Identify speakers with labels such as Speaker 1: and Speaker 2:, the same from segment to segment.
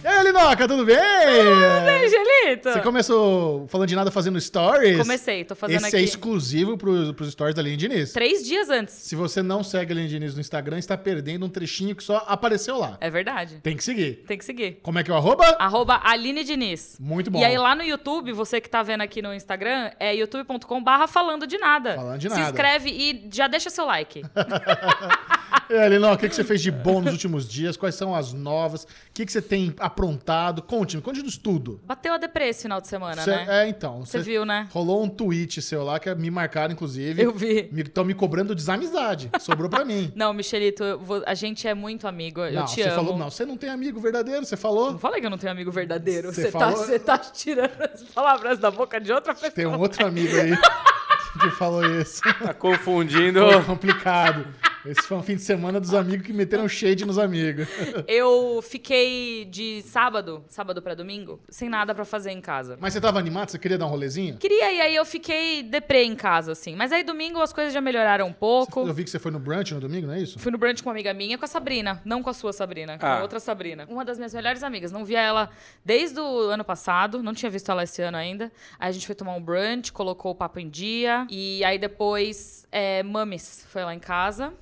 Speaker 1: E aí, Linoca, tudo bem?
Speaker 2: Angelito!
Speaker 1: Você começou falando de nada fazendo stories?
Speaker 2: Comecei, tô fazendo
Speaker 1: Esse
Speaker 2: aqui.
Speaker 1: é exclusivo pros, pros stories da Aline Diniz.
Speaker 2: Três dias antes.
Speaker 1: Se você não segue a Aline Diniz no Instagram, está perdendo um trechinho que só apareceu lá.
Speaker 2: É verdade.
Speaker 1: Tem que seguir.
Speaker 2: Tem que seguir.
Speaker 1: Como é que é o arroba?
Speaker 2: Arroba Aline Diniz.
Speaker 1: Muito bom.
Speaker 2: E aí lá no YouTube, você que tá vendo aqui no Instagram, é youtube.com barra falando de nada.
Speaker 1: Falando de
Speaker 2: Se
Speaker 1: nada.
Speaker 2: inscreve e já deixa seu like.
Speaker 1: E aí, Linoca, o que, que você fez de bom nos últimos dias? Quais são as novas? O que, que você tem aprontado? Conte-me, conte-nos tudo.
Speaker 2: Bateu a depressa esse final de semana,
Speaker 1: Cê-
Speaker 2: né?
Speaker 1: É, então.
Speaker 2: Você
Speaker 1: cê-
Speaker 2: viu, né?
Speaker 1: Rolou um tweet seu lá que me marcaram, inclusive.
Speaker 2: Eu vi.
Speaker 1: Estão me cobrando desamizade. Sobrou pra mim.
Speaker 2: Não, Michelito, eu vou- a gente é muito amigo. eu
Speaker 1: não,
Speaker 2: te
Speaker 1: você
Speaker 2: amo.
Speaker 1: falou, não, você não tem amigo verdadeiro, você
Speaker 2: Não
Speaker 1: falou.
Speaker 2: falei que eu não tenho amigo verdadeiro.
Speaker 1: Você
Speaker 2: Você tá,
Speaker 1: falou-
Speaker 2: você tá tirando as palavras da boca de outra pessoa.
Speaker 1: Tem um outro amigo aí que falou isso.
Speaker 3: Tá confundindo.
Speaker 1: Foi complicado. Esse foi um fim de semana dos amigos que meteram shade nos amigos.
Speaker 2: Eu fiquei de sábado, sábado pra domingo, sem nada pra fazer em casa.
Speaker 1: Mas você tava animado? Você queria dar um rolezinho?
Speaker 2: Queria e aí eu fiquei deprê em casa, assim. Mas aí domingo as coisas já melhoraram um pouco.
Speaker 1: Eu vi que você foi no brunch no domingo, não é isso?
Speaker 2: Fui no brunch com uma amiga minha, com a Sabrina. Não com a sua Sabrina, com a
Speaker 3: Ah.
Speaker 2: outra Sabrina. Uma das minhas melhores amigas. Não via ela desde o ano passado, não tinha visto ela esse ano ainda. Aí a gente foi tomar um brunch, colocou o papo em dia. E aí depois, é, Mames foi lá em casa,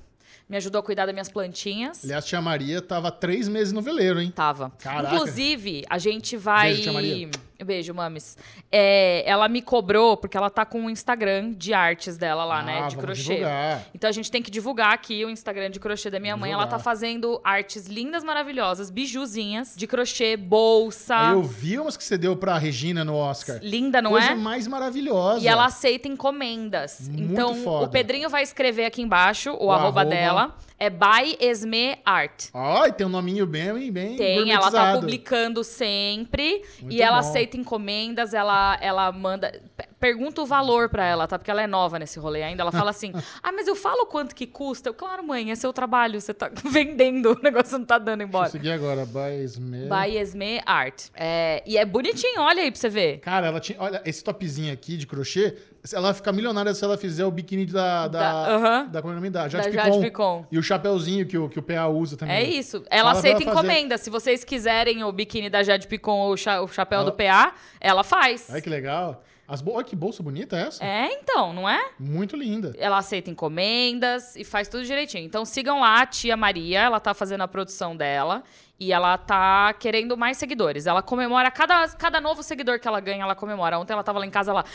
Speaker 2: me ajudou a cuidar das minhas plantinhas.
Speaker 1: Aliás, tia Maria tava três meses no veleiro, hein?
Speaker 2: Tava.
Speaker 1: Caraca.
Speaker 2: Inclusive, a gente vai.
Speaker 1: Beijo, tia Maria.
Speaker 2: Beijo, mames. É, ela me cobrou, porque ela tá com um Instagram de artes dela lá, né?
Speaker 1: Ah,
Speaker 2: De
Speaker 1: vamos
Speaker 2: crochê.
Speaker 1: divulgar.
Speaker 2: Então a gente tem que divulgar aqui o Instagram de crochê da minha
Speaker 1: Vamos
Speaker 2: mãe. Ela
Speaker 1: divulgar.
Speaker 2: tá fazendo artes lindas, maravilhosas, bijuzinhas de crochê, bolsa.
Speaker 1: Aí eu vi umas que você deu pra Regina no Oscar.
Speaker 2: Linda, Tá. não
Speaker 1: Coisa
Speaker 2: é?
Speaker 1: mais maravilhosa.
Speaker 2: E ela aceita encomendas.
Speaker 1: Muito
Speaker 2: então,
Speaker 1: foda.
Speaker 2: o Pedrinho vai escrever aqui embaixo o,
Speaker 1: O
Speaker 2: arroba,
Speaker 1: arroba.
Speaker 2: dela. É by Esme Art.
Speaker 1: Ai, tem um nominho bem, bem
Speaker 2: Tem, ela tá
Speaker 1: gourmetizado.
Speaker 2: publicando sempre
Speaker 1: Muito
Speaker 2: e ela
Speaker 1: bom.
Speaker 2: aceita encomendas, ela, ela manda. pe- Pergunta o valor pra ela, tá? Porque ela é nova nesse rolê ainda. Ela fala assim: Ah, mas eu falo quanto que custa? Eu, claro, mãe, é seu trabalho, você tá vendendo, o negócio não tá dando embora.
Speaker 1: Consegui agora, by Esmer.
Speaker 2: By Esme Art. É, e é bonitinho, olha aí pra você ver.
Speaker 1: Cara, ela tinha. Olha, esse topzinho aqui de crochê, ela fica milionária se ela fizer o biquíni da. Da.
Speaker 2: Da- aham.
Speaker 1: da, como é o nome da Jade,
Speaker 2: Da
Speaker 1: Picon.
Speaker 2: Jade Picon.
Speaker 1: E o chapeuzinho que o, que o PA usa também.
Speaker 2: É isso. Ela
Speaker 1: Fala pra
Speaker 2: aceita
Speaker 1: ela fazer.
Speaker 2: encomendas. Se vocês quiserem o biquíni da Jade Picon ou o, cha- o chapéu
Speaker 1: Ela-
Speaker 2: do PA, ela faz.
Speaker 1: Olha que legal. As bol- Olha que bolsa bonita essa.
Speaker 2: É, então, não é?
Speaker 1: Muito linda.
Speaker 2: Ela aceita encomendas e faz tudo direitinho. Então sigam lá a tia Maria, ela tá fazendo a produção dela e ela tá querendo mais seguidores. Ela comemora cada, cada novo seguidor que ela ganha, ela comemora. Ontem ela tava lá em casa, ela,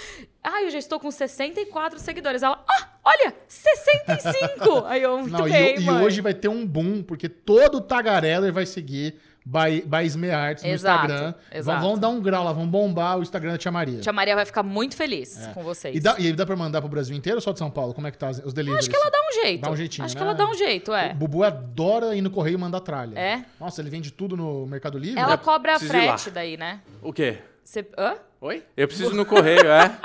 Speaker 2: ah, eu já estou com 64 seguidores. Ela, ah, olha, 65. Aí eu muito
Speaker 1: Não, e,
Speaker 2: bem,
Speaker 1: e
Speaker 2: mãe."
Speaker 1: hoje vai ter um boom, porque todo tagareller vai seguir by, by Esmer Arts no
Speaker 2: Exato,
Speaker 1: Instagram.
Speaker 2: exato.
Speaker 1: Vão, vão dar um grau lá, vão bombar o Instagram da Tia Maria.
Speaker 2: tia Maria vai ficar muito feliz com vocês.
Speaker 1: É. E dá, e dá pra mandar pro Brasil inteiro ou só de São Paulo? Como é que tá as- os deliveries?
Speaker 2: Acho que ela dá um jeito.
Speaker 1: Dá um jeitinho,
Speaker 2: Acho
Speaker 1: né?
Speaker 2: que ela dá um jeito,
Speaker 1: O
Speaker 2: é.
Speaker 1: Bubu adora ir no correio e mandar tralha.
Speaker 2: É?
Speaker 1: Nossa, ele vende tudo no Mercado Livre?
Speaker 2: Ela
Speaker 1: É.
Speaker 2: cobra
Speaker 3: preciso ir lá.
Speaker 2: frete daí, né?
Speaker 3: O quê?
Speaker 2: Você, hã?
Speaker 3: Oi? Eu preciso ir no correio, é?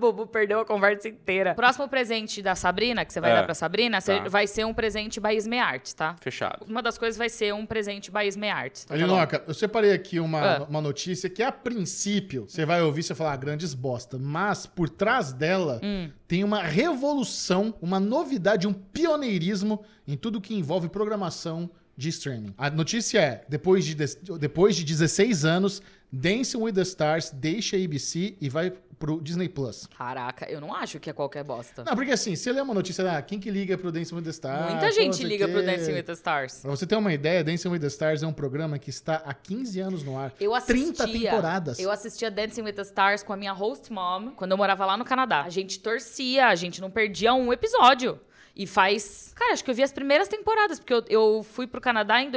Speaker 2: Bobo perdeu a conversa inteira. Próximo presente da Sabrina, que você vai
Speaker 3: É.
Speaker 2: dar pra Sabrina, cê-
Speaker 3: Tá.
Speaker 2: vai ser um presente by Esmearte, tá?
Speaker 3: Fechado.
Speaker 2: Uma das coisas vai ser um presente tá by Esmearte.
Speaker 1: Aí, Linoca, eu separei aqui uma,
Speaker 2: Ah.
Speaker 1: uma notícia que, a princípio, você vai ouvir você falar ah, grandes bosta, mas por trás dela
Speaker 2: Hum.
Speaker 1: tem uma revolução, uma novidade, um pioneirismo em tudo que envolve programação de streaming. A notícia é: depois de, des- depois de 16 anos, Dancing with the Stars deixa a ABC e vai pro Disney Plus.
Speaker 2: Caraca, eu não acho que é qualquer bosta.
Speaker 1: Não, porque assim, você lê uma notícia, ah, quem que liga pro Dancing with the Stars?
Speaker 2: Muita
Speaker 1: Pô, não
Speaker 2: gente
Speaker 1: sei
Speaker 2: liga
Speaker 1: o quê.
Speaker 2: pro Dancing with the Stars.
Speaker 1: Pra você ter uma ideia, Dancing with the Stars é um programa que está há 15 anos no ar.
Speaker 2: Eu assistia,
Speaker 1: 30 temporadas.
Speaker 2: Eu assistia Dancing with the Stars com a minha host mom quando eu morava lá no Canadá. A gente torcia, a gente não perdia um episódio. E faz. Cara, acho que eu vi as primeiras temporadas, porque eu, eu fui pro Canadá em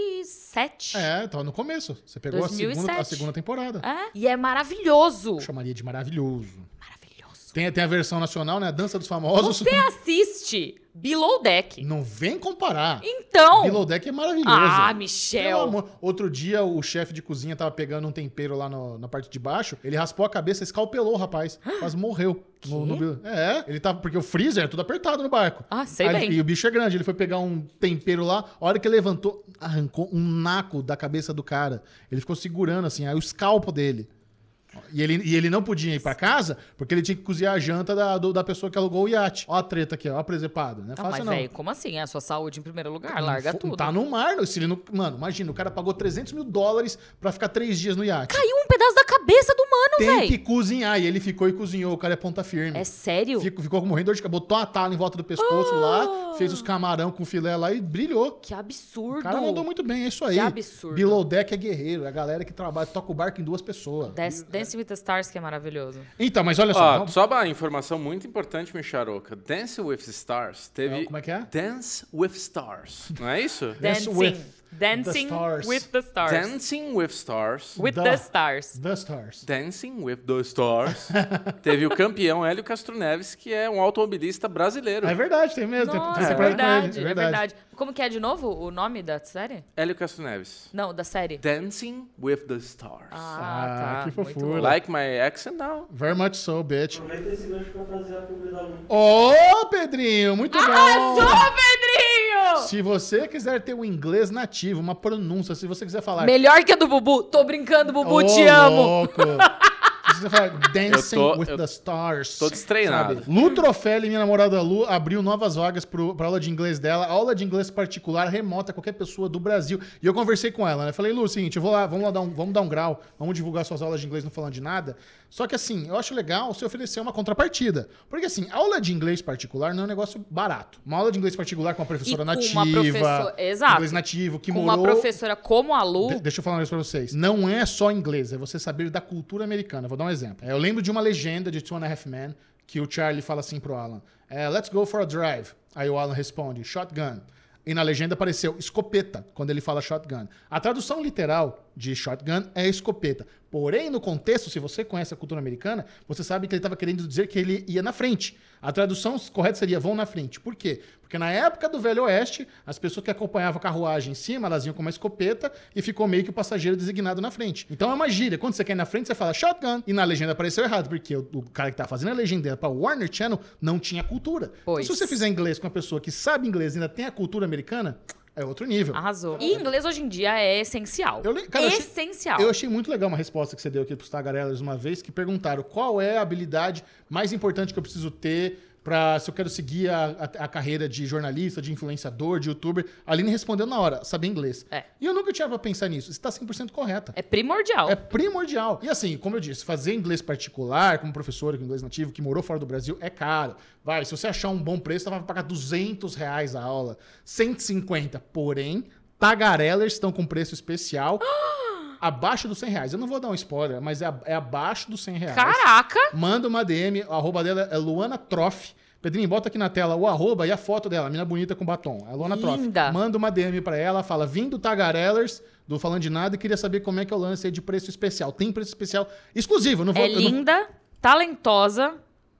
Speaker 2: 2007.
Speaker 1: É, tava no começo. Você pegou a segunda,
Speaker 2: 2007.
Speaker 1: a segunda temporada.
Speaker 2: É? E é maravilhoso.
Speaker 1: Chamaria de maravilhoso.
Speaker 2: Maravilhoso.
Speaker 1: Tem, tem a versão nacional, né? A Dança dos Famosos.
Speaker 2: Você assiste Below Deck.
Speaker 1: Não vem comparar.
Speaker 2: Então.
Speaker 1: Below Deck é maravilhoso.
Speaker 2: Ah,
Speaker 1: Pelo
Speaker 2: Michel.
Speaker 1: amor. Outro dia, o chefe de cozinha tava pegando um tempero lá no- na parte de baixo. Ele raspou a cabeça, escalpelou o rapaz. Quase morreu. No, no Below- é, ele tava. Porque o freezer é tudo apertado no barco.
Speaker 2: Ah, sei
Speaker 1: Aí ele-
Speaker 2: bem.
Speaker 1: E o bicho é grande. Ele foi pegar um tempero lá. A hora que ele levantou, arrancou um naco da cabeça do cara. Ele ficou segurando, assim, aí o escalpo dele. E ele, e ele não podia ir pra casa porque ele tinha que cozinhar a janta da, do- da pessoa que alugou o iate. Ó a treta aqui, ó, apresepada. Não é
Speaker 2: Ah, mas,
Speaker 1: fácil, não.
Speaker 2: velho, como assim? É a sua saúde em primeiro lugar, larga
Speaker 1: Não fo-
Speaker 2: tudo.
Speaker 1: Tá no mar, se ele não- Mano, imagina, o cara pagou 300 mil dólares pra ficar três dias no iate.
Speaker 2: Caiu um pedaço da cabeça do mano,
Speaker 1: Tem que
Speaker 2: velho.
Speaker 1: cozinhar. E ele ficou e cozinhou. O cara é ponta firme.
Speaker 2: É sério?
Speaker 1: Ficou, ficou morrendo de dor de cabeça. Botou uma tala em volta do pescoço
Speaker 2: Oh!
Speaker 1: lá, fez os camarão com filé lá e brilhou.
Speaker 2: Que absurdo.
Speaker 1: O cara mandou muito bem, é isso aí.
Speaker 2: Que absurdo.
Speaker 1: Below Deck é guerreiro, é a galera que trabalha, toca o barco em duas pessoas.
Speaker 2: Dance, Dance with the Stars, que é maravilhoso.
Speaker 1: Então, mas olha só.
Speaker 3: Ó,
Speaker 1: vamos-
Speaker 3: só uma informação muito importante, Micharoca. Dance with Stars teve...
Speaker 1: É, como é que é?
Speaker 3: Dance with Stars, não é isso?
Speaker 1: Dance
Speaker 2: Dancing.
Speaker 1: with the
Speaker 2: Dancing
Speaker 1: Stars.
Speaker 2: with the Stars.
Speaker 3: Dancing with Stars.
Speaker 2: With
Speaker 1: Da-
Speaker 2: the, Stars.
Speaker 1: The Stars.
Speaker 3: Dancing with the Stars. teve o campeão Hélio Castro Neves, que é um automobilista brasileiro.
Speaker 1: É verdade, tem mesmo. tem-
Speaker 2: Nossa,
Speaker 1: tem
Speaker 2: é
Speaker 1: temporada com ele,
Speaker 2: verdade, é verdade. Como que é de novo o nome da série?
Speaker 3: Hélio Castro Neves.
Speaker 2: Não, da série.
Speaker 3: Dancing with the Stars.
Speaker 1: Ah,
Speaker 2: Ah, tá.
Speaker 1: que
Speaker 2: muito
Speaker 1: fofura.
Speaker 2: bom.
Speaker 3: Like my accent now?
Speaker 1: Very much so, bitch.
Speaker 4: Aproveita esse gancho pra trazer a publi da Lu.
Speaker 1: Ô, Pedrinho, muito bom.
Speaker 2: Arrasou, Pedrinho!
Speaker 1: Se você quiser ter um inglês nativo, uma pronúncia, se você quiser falar.
Speaker 2: Melhor que a do Bubu. Tô brincando, Bubu,
Speaker 1: Ô,
Speaker 2: te amo.
Speaker 1: Louco. Se você falar Dancing
Speaker 3: Eu tô-
Speaker 1: with
Speaker 3: eu
Speaker 1: the Stars.
Speaker 3: tô destreinado.
Speaker 1: sabe? Lu Trofelli, minha namorada Lu, abriu novas vagas pro, pra aula de inglês dela. Aula de inglês particular, remota, qualquer pessoa do Brasil. E eu conversei com ela, né? Falei, Lu, seguinte, eu vou lá, vamos lá dar um, vamos dar um grau, vamos divulgar suas aulas de inglês não falando de nada. Só que assim, eu acho legal se oferecer uma contrapartida. Porque assim, aula de inglês particular não é um negócio barato. Uma aula de inglês particular com uma professora
Speaker 2: com uma
Speaker 1: nativa.
Speaker 2: professora- exato.
Speaker 1: Inglês nativo, que
Speaker 2: Com uma
Speaker 1: morou...
Speaker 2: professora como a Lu.
Speaker 1: De- deixa eu falar uma coisa pra vocês. Não é só inglês, é você saber da cultura americana. Vou dar um exemplo. É, Eu lembro de uma legenda de Two and a Half Men que o Charlie fala assim pro Alan: é, Let's go for a drive. Aí o Alan responde: Shotgun. E na legenda apareceu escopeta, quando ele fala shotgun. A tradução literal de shotgun é escopeta. Porém, no contexto, se você conhece a cultura americana, você sabe que ele estava querendo dizer que ele ia na frente. A tradução correta seria vão na frente. Por quê? Porque na época do Velho Oeste, as pessoas que acompanhavam a carruagem em cima, elas iam com uma escopeta e ficou meio que o passageiro designado na frente. Então é uma gíria. Quando você quer ir na frente, você fala shotgun. E na legenda apareceu errado, porque o, o cara que tá fazendo a legenda era pra Warner Channel não tinha cultura.
Speaker 2: Pois.
Speaker 1: Então, se você fizer inglês com uma pessoa que sabe inglês e ainda tem a cultura americana, é outro nível.
Speaker 2: Arrasou. E inglês hoje em dia é essencial.
Speaker 1: Eu le- cara, eu achei-
Speaker 2: essencial.
Speaker 1: Eu achei muito legal uma resposta que você deu aqui pros tagarelas uma vez, que perguntaram qual é a habilidade mais importante que eu preciso ter pra se eu quero seguir a, a- a carreira de jornalista, de influenciador, de youtuber. A Aline respondeu na hora, saber inglês.
Speaker 2: É.
Speaker 1: E eu nunca tinha pra pensar nisso. Você tá 100% correta.
Speaker 2: É primordial.
Speaker 1: É primordial. E assim, como eu disse, fazer inglês particular, como professora com inglês nativo, que morou fora do Brasil, é caro. Vai, se você achar um bom preço, você vai pagar 200 reais a aula. 150. Porém, tagarelas estão com preço especial abaixo dos 100 reais. Eu não vou dar um spoiler, mas é, a- é abaixo dos 100 reais.
Speaker 2: Caraca!
Speaker 1: Manda uma DM, a arroba dela é Luana Troff. Pedrinho, bota aqui na tela o arroba e a foto dela, a mina bonita com batom. É a Luana Troff.
Speaker 2: Linda.
Speaker 1: Manda uma DM pra ela, fala, vim do Tagarellers, do Falando de Nada, e queria saber como é que é o lance aí de preço especial. Tem preço especial exclusivo, eu não vou...
Speaker 2: É
Speaker 1: eu não-
Speaker 2: linda, talentosa,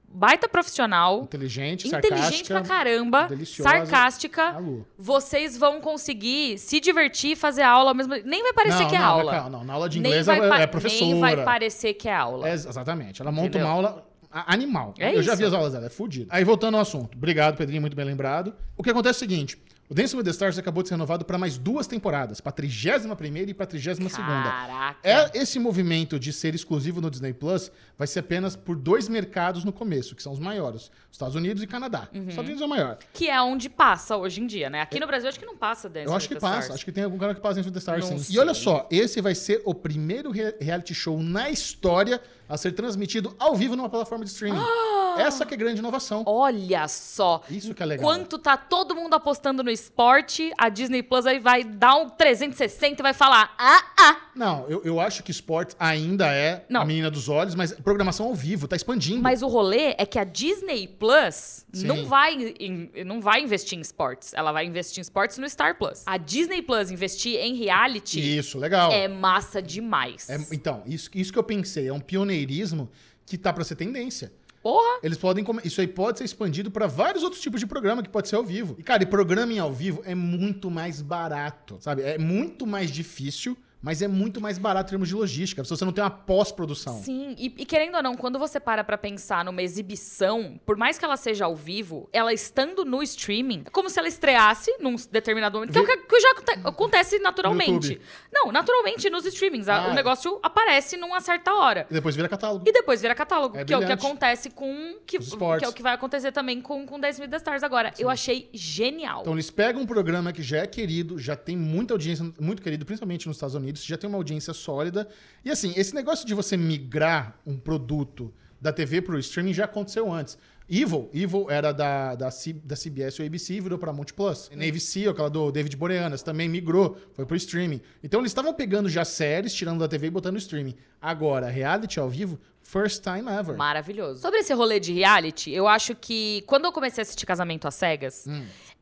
Speaker 2: baita profissional,
Speaker 1: Inteligente,
Speaker 2: inteligente
Speaker 1: sarcástica. Tá
Speaker 2: pra caramba,
Speaker 1: deliciosa.
Speaker 2: sarcástica.
Speaker 1: Alô.
Speaker 2: Vocês vão conseguir se divertir e fazer aula ao mesmo. Nem vai parecer
Speaker 1: Não,
Speaker 2: que é
Speaker 1: não,
Speaker 2: aula.
Speaker 1: Não, não, na aula de
Speaker 2: Nem
Speaker 1: inglês
Speaker 2: vai
Speaker 1: é,
Speaker 2: pa-
Speaker 1: é professora.
Speaker 2: Nem vai parecer que é aula.
Speaker 1: É, exatamente. Ela monta
Speaker 2: Entendeu?
Speaker 1: uma aula a- animal.
Speaker 2: É
Speaker 1: Eu já
Speaker 2: isso.
Speaker 1: vi as aulas dela, é fodido. Aí voltando ao assunto. Obrigado, Pedrinho, muito bem lembrado. O que acontece é o seguinte. O Dancing with the Stars acabou de ser renovado para mais duas temporadas, para 31 e para 32 segunda.
Speaker 2: Caraca.
Speaker 1: É, esse movimento de ser exclusivo no Disney Plus vai ser apenas por dois mercados no começo, que são os maiores: Estados Unidos e Canadá.
Speaker 2: Uhum.
Speaker 1: Estados Unidos é o maior.
Speaker 2: Que é onde passa hoje em dia, né? Aqui no Brasil acho que não passa Dance
Speaker 1: Eu acho
Speaker 2: with
Speaker 1: que
Speaker 2: the
Speaker 1: passa.
Speaker 2: é Stars.
Speaker 1: Acho que tem algum cara que passa em The Stars,
Speaker 2: Não
Speaker 1: sim.
Speaker 2: sei.
Speaker 1: E olha só, esse vai ser o primeiro re- reality show na história a ser transmitido ao vivo numa plataforma de streaming.
Speaker 2: Ah!
Speaker 1: Essa que é a grande inovação.
Speaker 2: Olha só.
Speaker 1: Isso que é legal.
Speaker 2: Quanto tá todo mundo apostando no esporte, a Disney Plus aí vai dar um 360 e vai falar: ah, ah.
Speaker 1: Não, eu, eu acho que esportes ainda é
Speaker 2: Não.
Speaker 1: a menina dos olhos, mas programação ao vivo, tá expandindo.
Speaker 2: Mas o rolê é que a Disney Plus
Speaker 1: Sim.
Speaker 2: não vai, em- não vai investir em esportes. Ela vai investir em esportes no Star Plus. A Disney Plus investir em reality
Speaker 1: Isso, legal.
Speaker 2: é massa demais.
Speaker 1: É, então, isso, isso que eu pensei, é um pioneirismo que tá pra ser tendência.
Speaker 2: Porra!
Speaker 1: Eles podem. come- Isso aí pode ser expandido pra vários outros tipos de programa que pode ser ao vivo. E, cara, e programa em ao vivo é muito mais barato, sabe? É muito mais difícil. mas é muito mais barato em termos de logística, se você não tem uma pós-produção.
Speaker 2: Sim, e, e querendo ou não, quando você para pra pensar numa exibição, por mais que ela seja ao vivo, ela estando no streaming, é como se ela estreasse num determinado momento, que, é o que, que já aconte- acontece naturalmente.
Speaker 1: YouTube.
Speaker 2: Não, naturalmente nos streamings. a-
Speaker 1: Ah.
Speaker 2: O negócio aparece numa certa hora.
Speaker 1: E depois vira catálogo.
Speaker 2: E depois vira catálogo,
Speaker 1: É
Speaker 2: que é o que
Speaker 1: brilhante.
Speaker 2: acontece com. Que,
Speaker 1: Os esportes.
Speaker 2: que é o que vai acontecer também com, com 10 mil stars agora. Eu achei genial.
Speaker 1: Então eles pegam um programa que já é querido, já tem muita audiência, muito querido, principalmente nos Estados Unidos, já tem uma audiência sólida. E assim, esse negócio de você migrar um produto da TV pro streaming já aconteceu antes. Evil, Evil era da, da, C- da CBS ou ABC e virou pra Multi Plus. Navy Seal, aquela do David Boreanas, também migrou, foi pro streaming. Então eles estavam pegando já séries, tirando da TV e botando no streaming. Agora, reality ao vivo, first time ever.
Speaker 2: Maravilhoso. Sobre esse rolê de reality, eu acho que quando eu comecei a assistir Casamento às Cegas,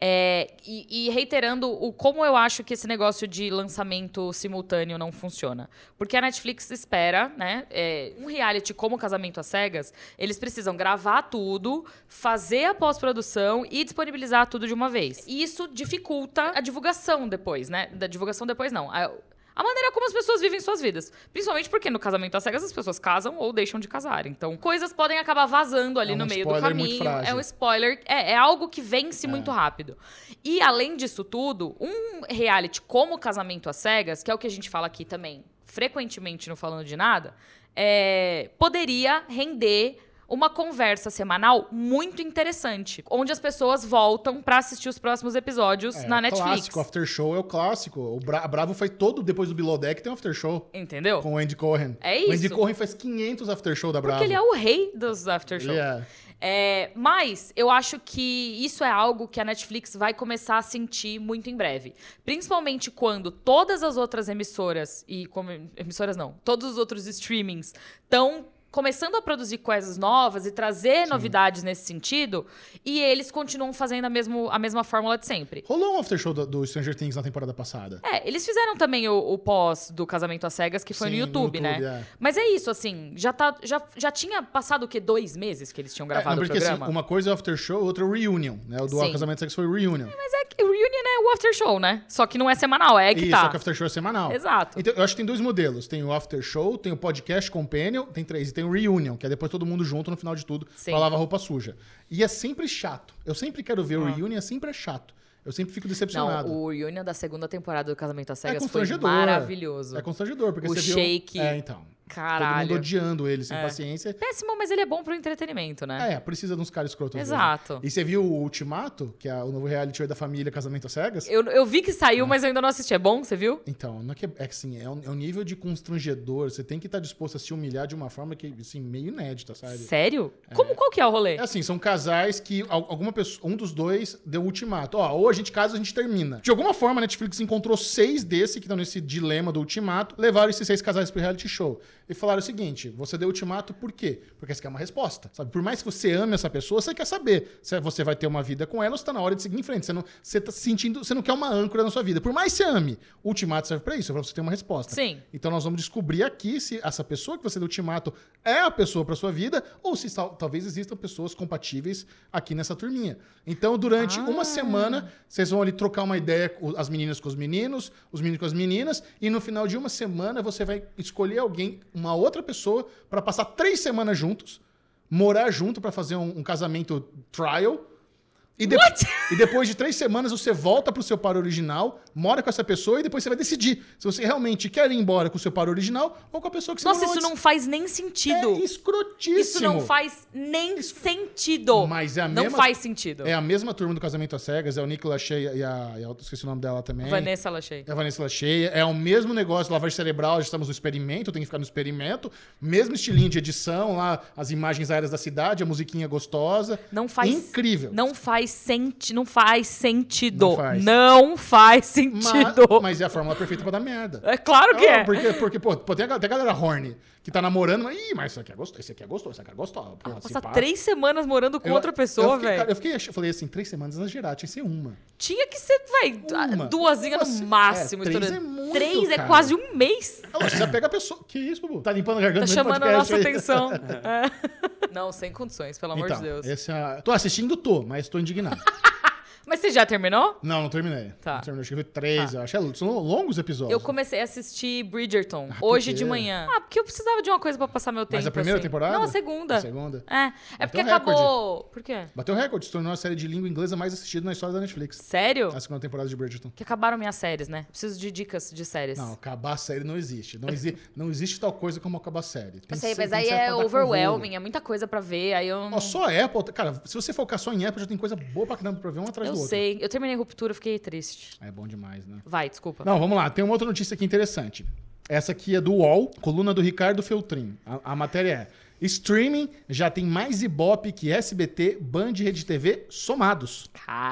Speaker 2: é, e, e reiterando o como eu acho que esse negócio de lançamento simultâneo não funciona. Porque a Netflix espera, né? é, um reality como Casamento às Cegas, eles precisam gravar tudo, fazer a pós-produção e disponibilizar tudo de uma vez. E isso dificulta a divulgação depois, né? Da divulgação depois, não. A- a maneira como as pessoas vivem suas vidas. Principalmente porque no casamento às cegas as pessoas casam ou deixam de casar. Então, coisas podem acabar vazando ali
Speaker 1: É um
Speaker 2: no meio do
Speaker 1: spoiler muito
Speaker 2: caminho.
Speaker 1: frágil.
Speaker 2: É um spoiler. É, é algo que vence muito rápido. E além disso tudo, um reality como casamento às cegas, que é o que a gente fala aqui também frequentemente no Falando de Nada, é, poderia render uma conversa semanal muito interessante, onde as pessoas voltam pra assistir os próximos episódios
Speaker 1: É,
Speaker 2: na
Speaker 1: o
Speaker 2: Netflix.
Speaker 1: clássico, after show é o clássico. O Bra- a Bravo faz todo depois do Below Deck tem um after show.
Speaker 2: Entendeu?
Speaker 1: Com o Andy Cohen.
Speaker 2: É
Speaker 1: O Andy
Speaker 2: isso.
Speaker 1: Cohen faz 500 after show da Bravo.
Speaker 2: Porque ele é o rei dos after show.
Speaker 1: Ele é.
Speaker 2: É, mas eu acho que isso é algo que a Netflix vai começar a sentir muito em breve. Principalmente quando todas as outras emissoras, e como emissoras não, todos os outros streamings estão começando a produzir coisas novas e trazer novidades nesse sentido, e eles continuam fazendo a, mesmo, a mesma fórmula de sempre.
Speaker 1: Rolou um after show do, do Stranger Things na temporada passada.
Speaker 2: É, eles fizeram também o, o pós do Casamento às Cegas, que foi
Speaker 1: Sim,
Speaker 2: no,
Speaker 1: no
Speaker 2: YouTube,
Speaker 1: YouTube,
Speaker 2: né?
Speaker 1: é.
Speaker 2: Mas é isso, assim, já, tá, já, já tinha passado o quê? Dois meses que eles tinham
Speaker 1: É,
Speaker 2: gravado
Speaker 1: não,
Speaker 2: o
Speaker 1: porque
Speaker 2: programa?
Speaker 1: assim, uma coisa é o after show, outra é o reunion, né? O do
Speaker 2: Sim.
Speaker 1: casamento sexo foi o reunion.
Speaker 2: Mas é que o reunion é o after show, né? Só que não é semanal, é aí que
Speaker 1: Isso,
Speaker 2: tá.
Speaker 1: só que o after show é semanal.
Speaker 2: Exato.
Speaker 1: Então, eu acho que tem dois modelos. Tem o after show, tem o podcast companion, tem três. E tem o reunion, que é depois todo mundo junto no final de tudo
Speaker 2: Sim.
Speaker 1: pra lavar roupa suja. E é sempre chato. Eu sempre quero ver o reunion, é sempre é chato. Eu sempre fico decepcionado.
Speaker 2: Ah. Não, o reunion da segunda temporada do Casamento às
Speaker 1: É
Speaker 2: Cegas foi
Speaker 1: constrangedor.
Speaker 2: maravilhoso.
Speaker 1: É constrangedor, porque
Speaker 2: O
Speaker 1: você
Speaker 2: shake.
Speaker 1: viu... É, então. Todo mundo
Speaker 2: Caralho. É.
Speaker 1: odiando ele, sem paciência.
Speaker 2: Péssimo, mas ele é bom pro entretenimento, né?
Speaker 1: É, precisa de uns caras escrotos. mesmo.
Speaker 2: Exato.
Speaker 1: E você viu o Ultimato, que é o novo reality show da família Casamento às Cegas?
Speaker 2: Eu, eu vi que saiu, mas eu ainda não assisti. É bom? Você viu?
Speaker 1: Então, não é que é que, assim, é um, é um nível de constrangedor. Você tem que estar disposto a se humilhar de uma forma que, assim, meio inédita, sabe?
Speaker 2: Sério? Como, qual que é o rolê?
Speaker 1: É assim, são casais que al- alguma pessoa, um dos dois deu ultimato. Ó, ou a gente casa ou a gente termina. De alguma forma, a Netflix encontrou seis desse que estão nesse dilema do ultimato, levaram esses seis casais pro reality show. E falaram o seguinte: você deu ultimato por quê? Porque você quer uma resposta. Sabe? Por mais que você ame essa pessoa, você quer saber se você vai ter uma vida com ela ou se tá na hora de seguir em frente. Você não, você tá se sentindo. Você não quer uma âncora na sua vida. Por mais que você ame, o ultimato serve pra isso, pra você ter uma resposta.
Speaker 2: Sim.
Speaker 1: Então nós vamos descobrir aqui se essa pessoa que você deu ultimato é a pessoa para sua vida ou se tal- talvez existam pessoas compatíveis aqui nessa turminha. Então durante uma semana vocês vão ali trocar uma ideia com as meninas com os meninos, os meninos com as meninas e no final de uma semana você vai escolher alguém, uma outra pessoa para passar três semanas juntos, morar junto para fazer um, um casamento trial. E, de- e depois de três semanas você volta pro seu par original, mora com essa pessoa e depois você vai decidir se você realmente quer ir embora com o seu par original ou com a pessoa que você
Speaker 2: Nossa,
Speaker 1: morou
Speaker 2: isso não
Speaker 1: antes.
Speaker 2: faz nem sentido.
Speaker 1: É escrotíssimo.
Speaker 2: isso não faz nem sentido.
Speaker 1: Mas é a
Speaker 2: não
Speaker 1: mesma-
Speaker 2: faz sentido.
Speaker 1: É a mesma turma do Casamento às Cegas, é o Nicolas Shea e a, e a- eu Esqueci o nome dela também.
Speaker 2: Vanessa Lachey.
Speaker 1: É a Vanessa Cheia, é o mesmo negócio, lavagem cerebral, já estamos no experimento, tem que ficar no experimento. Mesmo estilinho de edição, lá as imagens aéreas da cidade, a musiquinha gostosa.
Speaker 2: Não faz.
Speaker 1: Incrível.
Speaker 2: Não faz sentido. Não faz sentido.
Speaker 1: Não faz.
Speaker 2: Não faz
Speaker 1: mas,
Speaker 2: sentido.
Speaker 1: mas é a fórmula perfeita pra dar merda.
Speaker 2: É claro que
Speaker 1: Ah,
Speaker 2: é.
Speaker 1: Porque, porque pô, pô, tem a, tem a galera horny que tá namorando, mas, ih, mas isso aqui é gostoso, esse aqui é gostoso, esse aqui é gostoso. Porra, se
Speaker 2: Passar
Speaker 1: pá.
Speaker 2: três semanas morando com
Speaker 1: Eu-
Speaker 2: outra pessoa,
Speaker 1: eu fiquei- cara,
Speaker 2: velho.
Speaker 1: Eu fiquei, ach- eu falei assim, três semanas exagerado, tinha que ser uma.
Speaker 2: Tinha que ser, velho,
Speaker 1: Uma.
Speaker 2: duasinha
Speaker 1: Uma se-
Speaker 2: no máximo.
Speaker 1: é, três
Speaker 2: estourando.
Speaker 1: é muito,
Speaker 2: Três é
Speaker 1: cara.
Speaker 2: quase um mês.
Speaker 1: Ah, Você já pega a pessoa. Que isso, Bubu? Tá limpando a garganta
Speaker 2: Tá
Speaker 1: no meio do
Speaker 2: chamando a
Speaker 1: podcast
Speaker 2: nossa
Speaker 1: aí.
Speaker 2: atenção. É. Não, sem condições, pelo amor
Speaker 1: Então,
Speaker 2: de Deus.
Speaker 1: esse é a- Tô assistindo, tô, mas tô indignado.
Speaker 2: Mas você já terminou?
Speaker 1: Não, não terminei.
Speaker 2: Tá.
Speaker 1: Não terminei, acho que eu vi três. Eu achei, são longos episódios.
Speaker 2: Eu comecei a assistir Bridgerton hoje
Speaker 1: quê?
Speaker 2: de manhã. Ah, porque eu precisava de uma coisa pra passar meu tempo.
Speaker 1: a primeira
Speaker 2: assim.
Speaker 1: temporada?
Speaker 2: Não, a segunda.
Speaker 1: A segunda.
Speaker 2: É. É porque
Speaker 1: recorde.
Speaker 2: acabou. Por quê?
Speaker 1: Bateu recorde, se tornou a série de língua inglesa mais assistida na história da Netflix.
Speaker 2: Sério?
Speaker 1: A segunda temporada de Bridgerton.
Speaker 2: Que acabaram minhas séries, né? Preciso de dicas de séries.
Speaker 1: Não, acabar a série não existe. Não, exi não existe tal coisa como acabar a série. Tem um
Speaker 2: Eu sei,
Speaker 1: se-
Speaker 2: mas
Speaker 1: tem
Speaker 2: aí
Speaker 1: série pra
Speaker 2: é
Speaker 1: dar com
Speaker 2: overwhelming,
Speaker 1: rolo.
Speaker 2: é um muita coisa pra ver, aí eu não...
Speaker 1: Ó, só Apple. tá, Cara, se você focar só em Apple, já tem coisa boa pra caramba pra ver um atrás
Speaker 2: eu
Speaker 1: do outro.
Speaker 2: sei. Eu terminei Ruptura, fiquei triste.
Speaker 1: Ah, É bom demais, né?
Speaker 2: Vai, desculpa.
Speaker 1: Não, vamos lá. Tem uma outra notícia aqui interessante. Essa aqui é do UOL, coluna do Ricardo Feltrin. A, a matéria é: Streaming já tem mais Ibope que SBT, Band e Rede TV somados.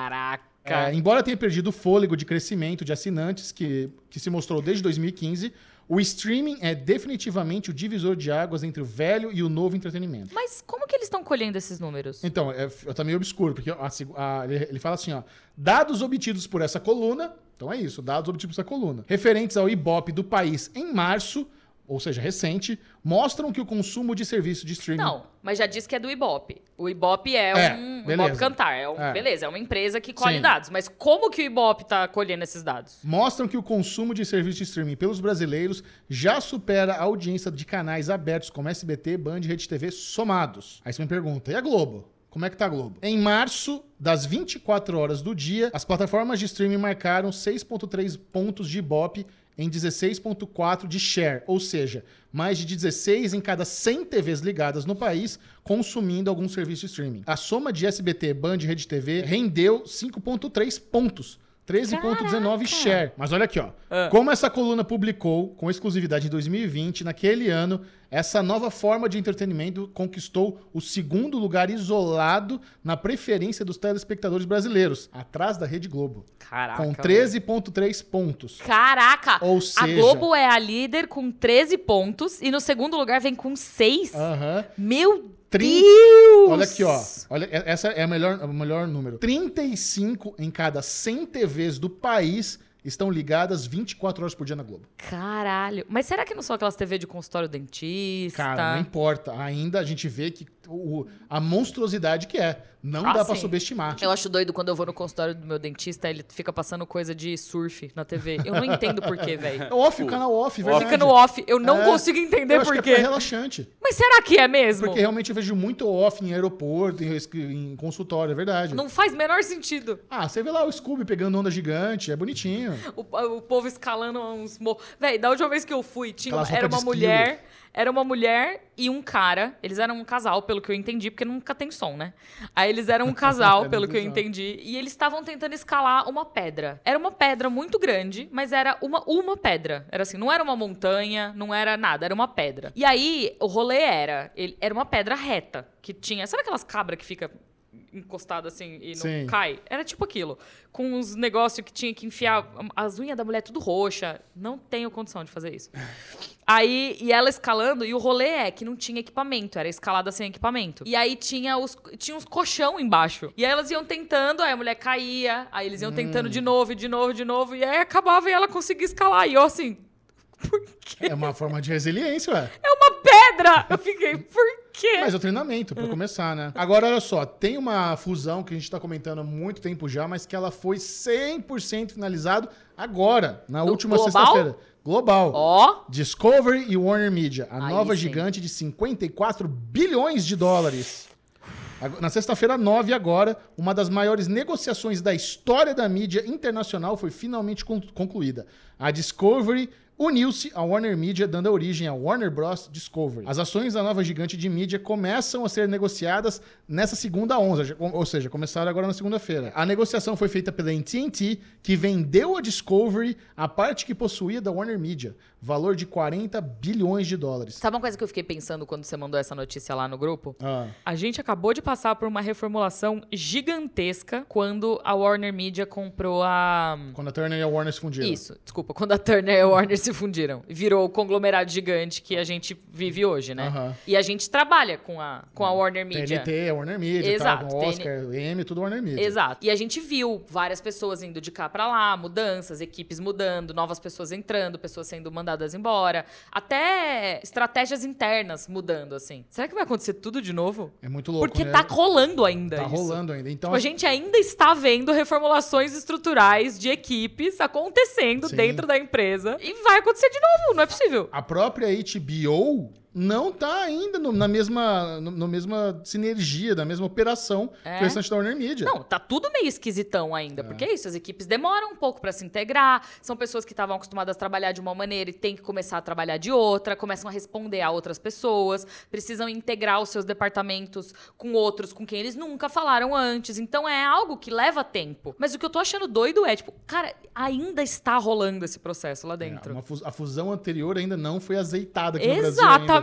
Speaker 2: Caraca.
Speaker 1: É, embora tenha perdido o fôlego de crescimento de assinantes que, que se mostrou desde 2015, o streaming é definitivamente o divisor de águas entre o velho e o novo entretenimento.
Speaker 2: Mas como que eles estão colhendo esses números?
Speaker 1: Então, é, eu tá meio obscuro, porque a seg- a- ele, ele fala assim, ó. Dados obtidos por essa coluna. Então é isso, dados obtidos por essa coluna. Referentes ao Ibope do país em março, ou seja, recente, mostram que o consumo de serviço de streaming.
Speaker 2: Não, mas já disse que é do Ibope. O Ibope é,
Speaker 1: É,
Speaker 2: um. o
Speaker 1: beleza.
Speaker 2: Ibope Cantar. É um,
Speaker 1: É.
Speaker 2: Beleza, é uma empresa que colhe
Speaker 1: Sim.
Speaker 2: dados. Mas como que o Ibope tá colhendo esses dados?
Speaker 1: Mostram que o consumo de serviço de streaming pelos brasileiros já supera a audiência de canais abertos como SBT, Band e Rede TV somados. Aí você me pergunta, e a Globo? Como é que tá a Globo? Em março, das 24 horas do dia, as plataformas de streaming marcaram 6,3 pontos de Ibope em 16,4 de share, ou seja, mais de 16 em cada 100 TVs ligadas no país consumindo algum serviço de streaming. A soma de SBT, Band e Rede TV rendeu 5,3 pontos. 13,19 share. Mas olha aqui, ó.
Speaker 2: Ah.
Speaker 1: Como essa coluna publicou com exclusividade em 2020, naquele ano, essa nova forma de entretenimento conquistou o segundo lugar isolado na preferência dos telespectadores brasileiros, atrás da Rede Globo,
Speaker 2: Caraca.
Speaker 1: com
Speaker 2: velho.
Speaker 1: 13,3 pontos.
Speaker 2: Caraca!
Speaker 1: Ou
Speaker 2: a
Speaker 1: seja-
Speaker 2: Globo é a líder com 13 pontos e no segundo lugar vem com 6.
Speaker 1: Aham.
Speaker 2: Meu
Speaker 1: Trin-
Speaker 2: Deus!
Speaker 1: Ah, Olha aqui, ó. Olha, é- essa é a melhor- o melhor número. 35 em cada 100 TVs do país estão ligadas 24 horas por dia na Globo.
Speaker 2: Caralho. Mas será que não são aquelas TV de consultório dentista?
Speaker 1: Cara, não importa. Ainda a gente vê que o- a monstruosidade que é. Não
Speaker 2: Ah,
Speaker 1: dá pra
Speaker 2: sim.
Speaker 1: subestimar.
Speaker 2: Eu acho doido quando eu vou no consultório do meu dentista, ele fica passando coisa de surf na TV. Eu não entendo por quê, velho.
Speaker 1: É off, o canal off, verdade.
Speaker 2: Fica no off. né? Eu não
Speaker 1: É.
Speaker 2: consigo entender
Speaker 1: Eu acho
Speaker 2: por
Speaker 1: que é
Speaker 2: quê.
Speaker 1: pra relaxante.
Speaker 2: Mas será que é mesmo?
Speaker 1: Porque realmente eu vejo muito off em aeroporto, em, em consultório, é verdade.
Speaker 2: Não faz menor sentido.
Speaker 1: Ah, você vê lá o Scooby pegando onda gigante, é bonitinho.
Speaker 2: O, o povo escalando uns morros. Véi, da última vez que eu fui, tinha,
Speaker 1: Aquelas
Speaker 2: era
Speaker 1: roupas
Speaker 2: uma
Speaker 1: de
Speaker 2: mulher. Era uma mulher e um cara. Eles eram um casal, pelo que eu entendi, porque nunca tem som, né? Aí eles eram um casal,
Speaker 1: Não
Speaker 2: pelo
Speaker 1: tem
Speaker 2: que eu
Speaker 1: som.
Speaker 2: entendi. E eles estavam tentando escalar uma pedra. Era uma pedra muito grande, mas era uma, uma pedra. Era assim, não era uma montanha, não era nada, era uma pedra. E aí, o rolê era. ele- era uma pedra reta, que tinha. Sabe aquelas cabras que fica encostada assim e não
Speaker 1: Sim.
Speaker 2: cai? Era tipo aquilo. Com uns negócios que tinha que enfiar as unhas da mulher tudo roxa. Não tenho condição de fazer isso. Aí, e ela escalando, e o rolê é que não tinha equipamento, era escalada sem equipamento. E aí tinha, os, tinha uns colchão embaixo. E aí elas iam tentando, aí a mulher caía, aí eles iam tentando de novo, e de novo, de novo, e aí acabava e ela conseguia escalar. E eu assim, por quê?
Speaker 1: É uma forma de resiliência, ué.
Speaker 2: É uma pedra! Eu fiquei, por quê?
Speaker 1: Mas é o treinamento,
Speaker 2: Hum.
Speaker 1: pra começar, né? Agora, olha só, tem uma fusão que a gente tá comentando há muito tempo já, mas que ela foi 100% finalizado agora, na
Speaker 2: No
Speaker 1: última
Speaker 2: global?
Speaker 1: sexta-feira. Global.
Speaker 2: Ó,
Speaker 1: Discovery e Warner Media, a
Speaker 2: Aí
Speaker 1: nova
Speaker 2: sim.
Speaker 1: gigante de 54 bilhões de dólares. Ag- Na sexta-feira 9, agora, uma das maiores negociações da história da mídia internacional foi finalmente con- concluída. A Discovery uniu-se à Warner Media, dando origem à Warner Bros. Discovery. As ações da nova gigante de mídia começam a ser negociadas nessa segunda onda, já- ou seja, começaram agora na segunda-feira. A negociação foi feita pela AT&T, que vendeu a Discovery a parte que possuía da Warner Media, valor de 40 bilhões de dólares.
Speaker 2: sabe uma coisa que eu fiquei pensando quando você mandou essa notícia lá no grupo?
Speaker 1: Ah.
Speaker 2: A gente acabou de passar por uma reformulação gigantesca quando a Warner Media comprou a.
Speaker 1: Quando a Turner e a Warner se fundiram.
Speaker 2: Isso, desculpa, quando a Turner e a Warner se se fundiram. Virou o conglomerado gigante que a gente vive hoje, né?
Speaker 1: Aham.
Speaker 2: E a gente trabalha com a, com a Warner Media.
Speaker 1: TNT, é Warner Media,
Speaker 2: Exato,
Speaker 1: tal, com Oscar, M, tudo Warner Media.
Speaker 2: Exato. E a gente viu várias pessoas indo de cá pra lá, mudanças, equipes mudando, novas pessoas entrando, pessoas sendo mandadas embora, até estratégias internas mudando, assim. Será que vai acontecer tudo de novo?
Speaker 1: É muito louco,
Speaker 2: Porque
Speaker 1: né?
Speaker 2: tá rolando ainda
Speaker 1: Tá
Speaker 2: isso.
Speaker 1: rolando ainda. Então,
Speaker 2: Tipo, a gente ainda está vendo reformulações estruturais de equipes acontecendo
Speaker 1: Sim.
Speaker 2: dentro da empresa. E vai acontecer de novo, não é possível.
Speaker 1: a própria HBO não tá ainda no- na mesma, no, na mesma sinergia, na mesma operação
Speaker 2: É?
Speaker 1: que o restante da Warner Media.
Speaker 2: Não, tá tudo meio esquisitão ainda, porque é isso, as equipes demoram um pouco pra se integrar, são pessoas que estavam acostumadas a trabalhar de uma maneira e têm que começar a trabalhar de outra, começam a responder a outras pessoas, precisam integrar os seus departamentos com outros com quem eles nunca falaram antes. Então é algo que leva tempo. Mas o que eu tô achando doido é, tipo, cara, ainda está rolando esse processo lá
Speaker 1: É,
Speaker 2: dentro.
Speaker 1: uma fus- a fusão anterior ainda não foi azeitada aqui no Brasil ainda.
Speaker 2: Exatamente.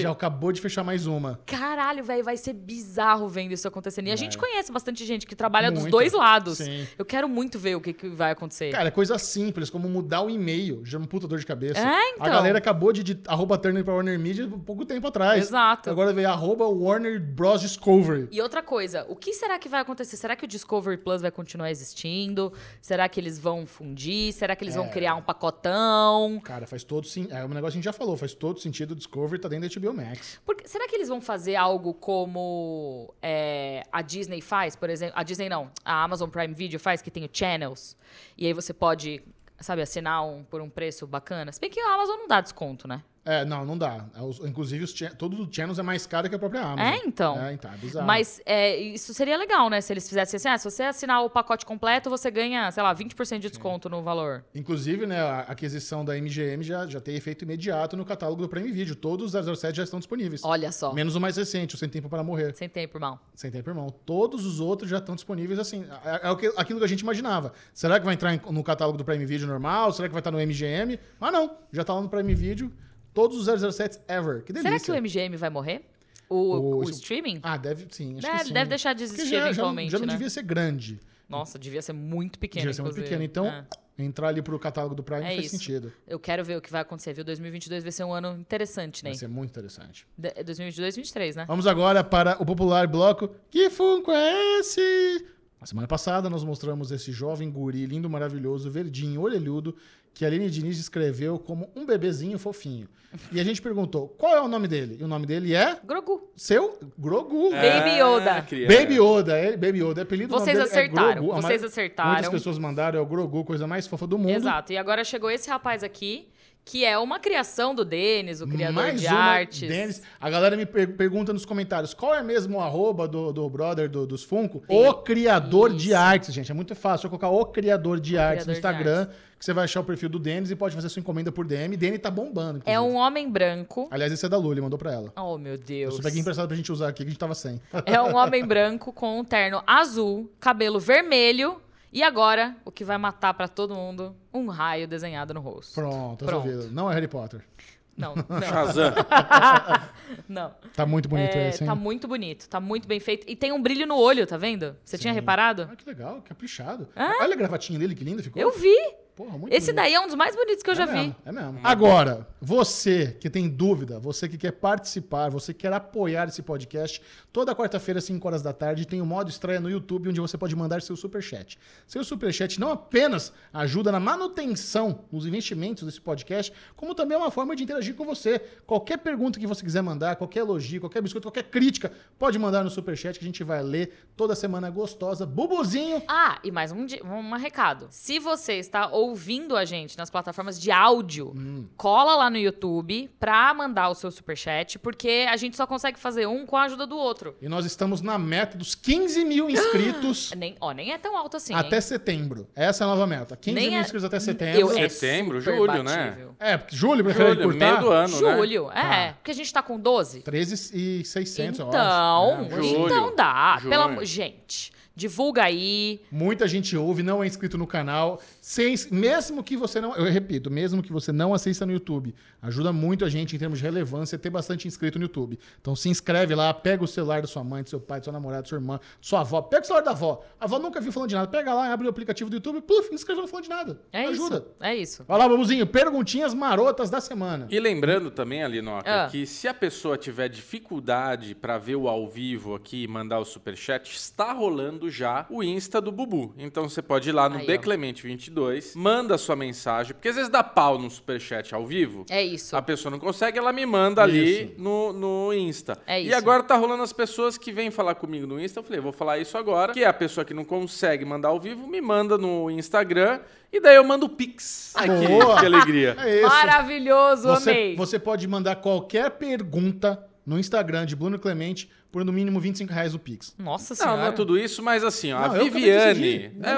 Speaker 1: Já acabou de fechar mais uma.
Speaker 2: Caralho, velho, vai ser bizarro vendo isso acontecendo. E a gente conhece bastante gente que trabalha
Speaker 1: É.
Speaker 2: dos
Speaker 1: Muito.
Speaker 2: dois lados.
Speaker 1: Sim.
Speaker 2: Eu quero muito ver o que, que vai acontecer.
Speaker 1: Cara, é coisa simples, como mudar o e-mail, já é um puta dor de cabeça.
Speaker 2: É, então.
Speaker 1: A galera acabou de digitar arroba Turner pra Warner Media pouco tempo atrás.
Speaker 2: Exato.
Speaker 1: Agora veio arroba Warner Bros. Discovery.
Speaker 2: E outra coisa, o que será que vai acontecer? Será que o Discovery Plus vai continuar existindo? Será que eles vão fundir? Será que eles
Speaker 1: É.
Speaker 2: vão criar um pacotão?
Speaker 1: Cara, faz todo sentido. É um negócio que a gente já falou, faz todo sentido o Discovery tá dentro da HBO Max.
Speaker 2: Porque- será que eles vão fazer algo como é, a Disney faz, por exemplo? A Disney não, a Amazon Prime Video faz, que tem o Channels. E aí você pode, sabe, assinar um- por um preço bacana. Se bem que a Amazon não dá desconto, né?
Speaker 1: É, não, não dá. Os- Inclusive, os cha- todos os channels é mais caro que a própria Amazon.
Speaker 2: É, então.
Speaker 1: É, então, é bizarro.
Speaker 2: Mas é, isso seria legal, né? Se eles fizessem assim, ah, se você assinar o pacote completo, você ganha, sei lá, 20% de desconto no valor.
Speaker 1: Inclusive, né, a aquisição da MGM já, já tem efeito imediato no catálogo do Prime Video. Todos os 007 já estão disponíveis.
Speaker 2: Olha só.
Speaker 1: Menos o mais recente, o Sem Tempo para Morrer.
Speaker 2: Sem tempo, irmão.
Speaker 1: Sem tempo, irmão. Todos os outros já estão disponíveis assim. É, é o que- aquilo que a gente imaginava. Será que vai entrar em- no catálogo do Prime Video normal? Será que vai estar no MGM? Ah, não. Já está lá no Prime Video. Todos os 007 ever. Que delícia.
Speaker 2: Será que o MGM vai morrer? O,
Speaker 1: O-
Speaker 2: o
Speaker 1: isso-
Speaker 2: streaming?
Speaker 1: Ah, deve sim. Acho
Speaker 2: Deve-
Speaker 1: que sim.
Speaker 2: deve deixar de
Speaker 1: Porque
Speaker 2: existir
Speaker 1: já, já não-
Speaker 2: eventualmente,
Speaker 1: Já não
Speaker 2: né?
Speaker 1: devia ser grande.
Speaker 2: Nossa, devia ser muito pequeno.
Speaker 1: devia ser muito
Speaker 2: inclusive.
Speaker 1: pequeno. Então,
Speaker 2: É.
Speaker 1: entrar ali pro catálogo do Prime
Speaker 2: É
Speaker 1: faz
Speaker 2: isso.
Speaker 1: sentido.
Speaker 2: Eu quero ver o que vai acontecer, viu? 2022 vai ser um ano interessante, né?
Speaker 1: Vai ser muito interessante.
Speaker 2: De- é 2022 2023, né?
Speaker 1: Vamos agora para o popular bloco Que Funko é esse? Na semana passada nós mostramos esse jovem guri lindo, maravilhoso, verdinho, olhelhudo, que a Aline Diniz descreveu como um bebezinho fofinho. E a gente perguntou qual é o nome dele? E o nome dele é
Speaker 2: Grogu.
Speaker 1: seu Grogu.
Speaker 2: Baby Yoda.
Speaker 3: Ah, criança.
Speaker 1: Baby Oda, é, Baby Oda, é apelido do
Speaker 2: Vocês
Speaker 1: nome dele é
Speaker 2: acertaram,
Speaker 1: Grogu. A
Speaker 2: vocês
Speaker 1: ma-
Speaker 2: acertaram.
Speaker 1: Muitas pessoas mandaram, é o Grogu, coisa mais fofa do mundo.
Speaker 2: Exato. E agora chegou esse rapaz aqui, que é uma criação do Denis, o criador
Speaker 1: Mais
Speaker 2: de
Speaker 1: uma,
Speaker 2: artes.
Speaker 1: Denis. A galera me per- pergunta nos comentários qual é mesmo o arroba do, do brother do- dos Funko?
Speaker 2: Sim.
Speaker 1: O Criador de
Speaker 2: Isso.
Speaker 1: Artes, gente. É muito fácil. Só colocar o Criador de Artes no
Speaker 2: Criador de
Speaker 1: Instagram, que você vai achar o perfil do Denis e pode fazer sua encomenda por DM. Denis tá bombando.
Speaker 2: É
Speaker 1: inclusive.
Speaker 2: um homem branco.
Speaker 1: Aliás, esse é da Lu, ele mandou pra ela.
Speaker 2: Oh, meu
Speaker 1: Eu
Speaker 2: Deus.
Speaker 1: só peguei emprestado pra gente usar aqui, que a gente tava sem.
Speaker 2: É um homem branco com um terno azul, cabelo vermelho e agora, o que vai matar pra todo mundo, um raio desenhado no rosto.
Speaker 1: Pronto,
Speaker 2: Pronto.
Speaker 1: resolvido. Não é Harry Potter.
Speaker 2: Não, não.
Speaker 3: Shazam.
Speaker 2: não.
Speaker 1: Tá muito bonito
Speaker 2: É,
Speaker 1: esse, hein?
Speaker 2: tá muito bonito, tá muito bem feito. E tem um brilho no olho, tá vendo? Você tinha reparado?
Speaker 1: Ah, que legal, caprichado. Olha a gravatinha dele, que linda ficou.
Speaker 2: Eu vi!
Speaker 1: Porra, muito
Speaker 2: Esse
Speaker 1: bonito.
Speaker 2: daí é um dos mais bonitos que eu já
Speaker 1: é
Speaker 2: vi.
Speaker 1: Mesmo, é mesmo. Agora, você que tem dúvida, você que quer participar, você que quer apoiar esse podcast, toda quarta-feira, às 5 horas da tarde, tem o modo estreia no YouTube, onde você pode mandar seu superchat. Seu superchat não apenas ajuda na manutenção nos investimentos desse podcast, como também é uma forma de interagir com você. Qualquer pergunta que você quiser mandar, qualquer elogio, qualquer biscoito, qualquer crítica, pode mandar no superchat que a gente vai ler toda semana gostosa. Bubuzinho!
Speaker 2: Ah, e mais um, di- um recado. Se você está ouvindo a gente nas plataformas de áudio,
Speaker 1: Hum.
Speaker 2: cola lá no YouTube pra mandar o seu superchat, porque a gente só consegue fazer um com a ajuda do outro.
Speaker 1: E nós estamos na meta dos 15 mil inscritos.
Speaker 2: Nem, ó, nem é tão alto assim.
Speaker 1: até
Speaker 2: hein?
Speaker 1: setembro. Essa é a nova meta. 15
Speaker 2: Nem
Speaker 1: mil
Speaker 2: é-
Speaker 1: inscritos até setembro.
Speaker 2: Eu, é
Speaker 3: Setembro,
Speaker 2: super
Speaker 3: julho, né?
Speaker 2: batível.
Speaker 1: É, porque julho prefere
Speaker 3: Julho,
Speaker 1: curtar.
Speaker 3: meio do ano, né?
Speaker 2: Julho, é. Porque a gente tá com 12.
Speaker 1: 13 e 600, eu acho.
Speaker 2: Então,
Speaker 1: É,
Speaker 3: julho,
Speaker 2: então dá.
Speaker 3: junho.
Speaker 2: Pelo amor- gente, Divulga aí.
Speaker 1: Muita gente ouve, não é inscrito no canal. Sem, mesmo que você não. Eu repito, mesmo que você não assista no YouTube, ajuda muito a gente em termos de relevância ter bastante inscrito no YouTube. Então se inscreve lá, pega o celular da sua mãe, do seu pai, da sua namorada, da sua irmã, da sua avó. Pega o celular da avó. A avó nunca viu falando de nada. Pega lá, abre o aplicativo do YouTube, puf, inscreve no falando de nada.
Speaker 2: É
Speaker 1: ajuda.
Speaker 2: isso. É isso.
Speaker 1: Olha lá, babuzinho, perguntinhas marotas da semana.
Speaker 3: E lembrando também, Alinoca,
Speaker 2: Ah.
Speaker 3: que se a pessoa tiver dificuldade pra ver o ao vivo aqui e mandar o superchat, está rolando já o Insta do Bubu. Então você pode ir lá no
Speaker 2: Aí, ó.
Speaker 3: Bclemente22, manda sua mensagem, porque às vezes dá pau no superchat ao vivo.
Speaker 2: É isso.
Speaker 3: A pessoa não consegue, ela me manda ali
Speaker 1: Isso.
Speaker 3: no, no Insta.
Speaker 2: É
Speaker 3: E
Speaker 2: isso.
Speaker 3: agora tá rolando as pessoas que vêm falar comigo no Insta. Eu falei, vou falar isso agora. Que é a pessoa que não consegue mandar ao vivo, me manda no Instagram. E daí eu mando o Pix. Ai, que,
Speaker 1: Ah, Boa.
Speaker 3: que alegria.
Speaker 1: É isso.
Speaker 2: Maravilhoso,
Speaker 1: Você,
Speaker 2: amei.
Speaker 1: você pode mandar qualquer pergunta no Instagram de Bruno Clemente por no mínimo 25 reais o Pix.
Speaker 2: Nossa
Speaker 3: Não,
Speaker 2: senhora.
Speaker 3: não é tudo isso, mas assim, ó,
Speaker 1: Não,
Speaker 3: a
Speaker 1: eu acabei de
Speaker 3: Viviane.
Speaker 1: decidir.
Speaker 3: é,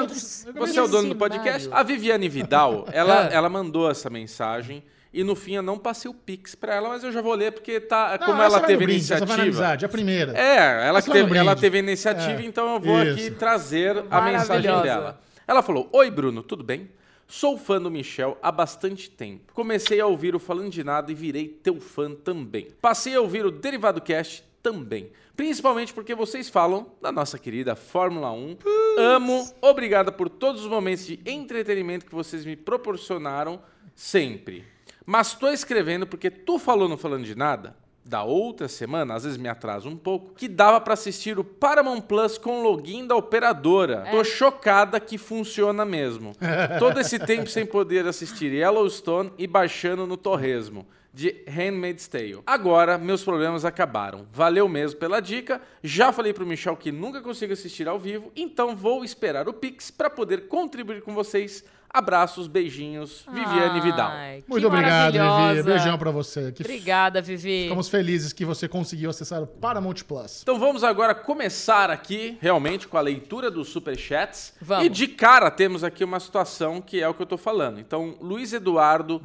Speaker 1: Eu
Speaker 3: você é o dono do podcast? A Viviane Vidal,
Speaker 1: É.
Speaker 3: ela, ela mandou essa mensagem. E no fim eu não passei o Pix pra ela, mas eu já vou ler, porque tá.
Speaker 1: Não,
Speaker 3: como
Speaker 1: Ah, essa
Speaker 3: ela
Speaker 1: vai
Speaker 3: teve
Speaker 1: no
Speaker 3: a
Speaker 1: brinde, essa vai na
Speaker 3: iniciativa.
Speaker 1: amizade, a primeira.
Speaker 3: É, ela,
Speaker 1: Mas
Speaker 3: que
Speaker 1: foi um
Speaker 3: teve, ela
Speaker 1: brinde.
Speaker 3: teve a iniciativa,
Speaker 1: É.
Speaker 3: então eu vou
Speaker 1: Isso.
Speaker 3: aqui trazer a mensagem
Speaker 2: Maravilhosa.
Speaker 3: dela. Ela falou: Oi, Bruno, tudo bem? Sou fã do Michel há bastante tempo. Comecei a ouvir o Falando de Nada e virei teu fã também. Passei a ouvir o Derivado Cast também. Principalmente porque vocês falam da nossa querida Fórmula 1. Amo, obrigada por todos os momentos de entretenimento que vocês me proporcionaram sempre. Mas tô escrevendo porque tu falou no Falando de Nada da outra semana, às vezes me atrasa um pouco, que dava pra assistir o Paramount Plus com login da operadora. Tô chocada que funciona mesmo. Todo esse tempo sem poder assistir Yellowstone e baixando no torresmo. De Handmaid's Tale. Agora, meus problemas acabaram. Valeu mesmo pela dica. Já falei pro Michel que nunca consigo assistir ao vivo, então vou esperar o Pix pra poder contribuir com vocês. Abraços, beijinhos, Viviane Vidal.
Speaker 2: Ai, que
Speaker 1: Muito obrigado, Vivi.
Speaker 2: maravilhosa.
Speaker 1: Beijão pra você. Que f-
Speaker 2: Obrigada, Vivi.
Speaker 1: Ficamos felizes que você conseguiu acessar o Paramount Plus.
Speaker 3: Então vamos agora começar aqui, realmente, com a leitura dos superchats.
Speaker 2: Vamos.
Speaker 3: E de cara temos aqui uma situação que é o que eu tô falando. Então, Luiz Eduardo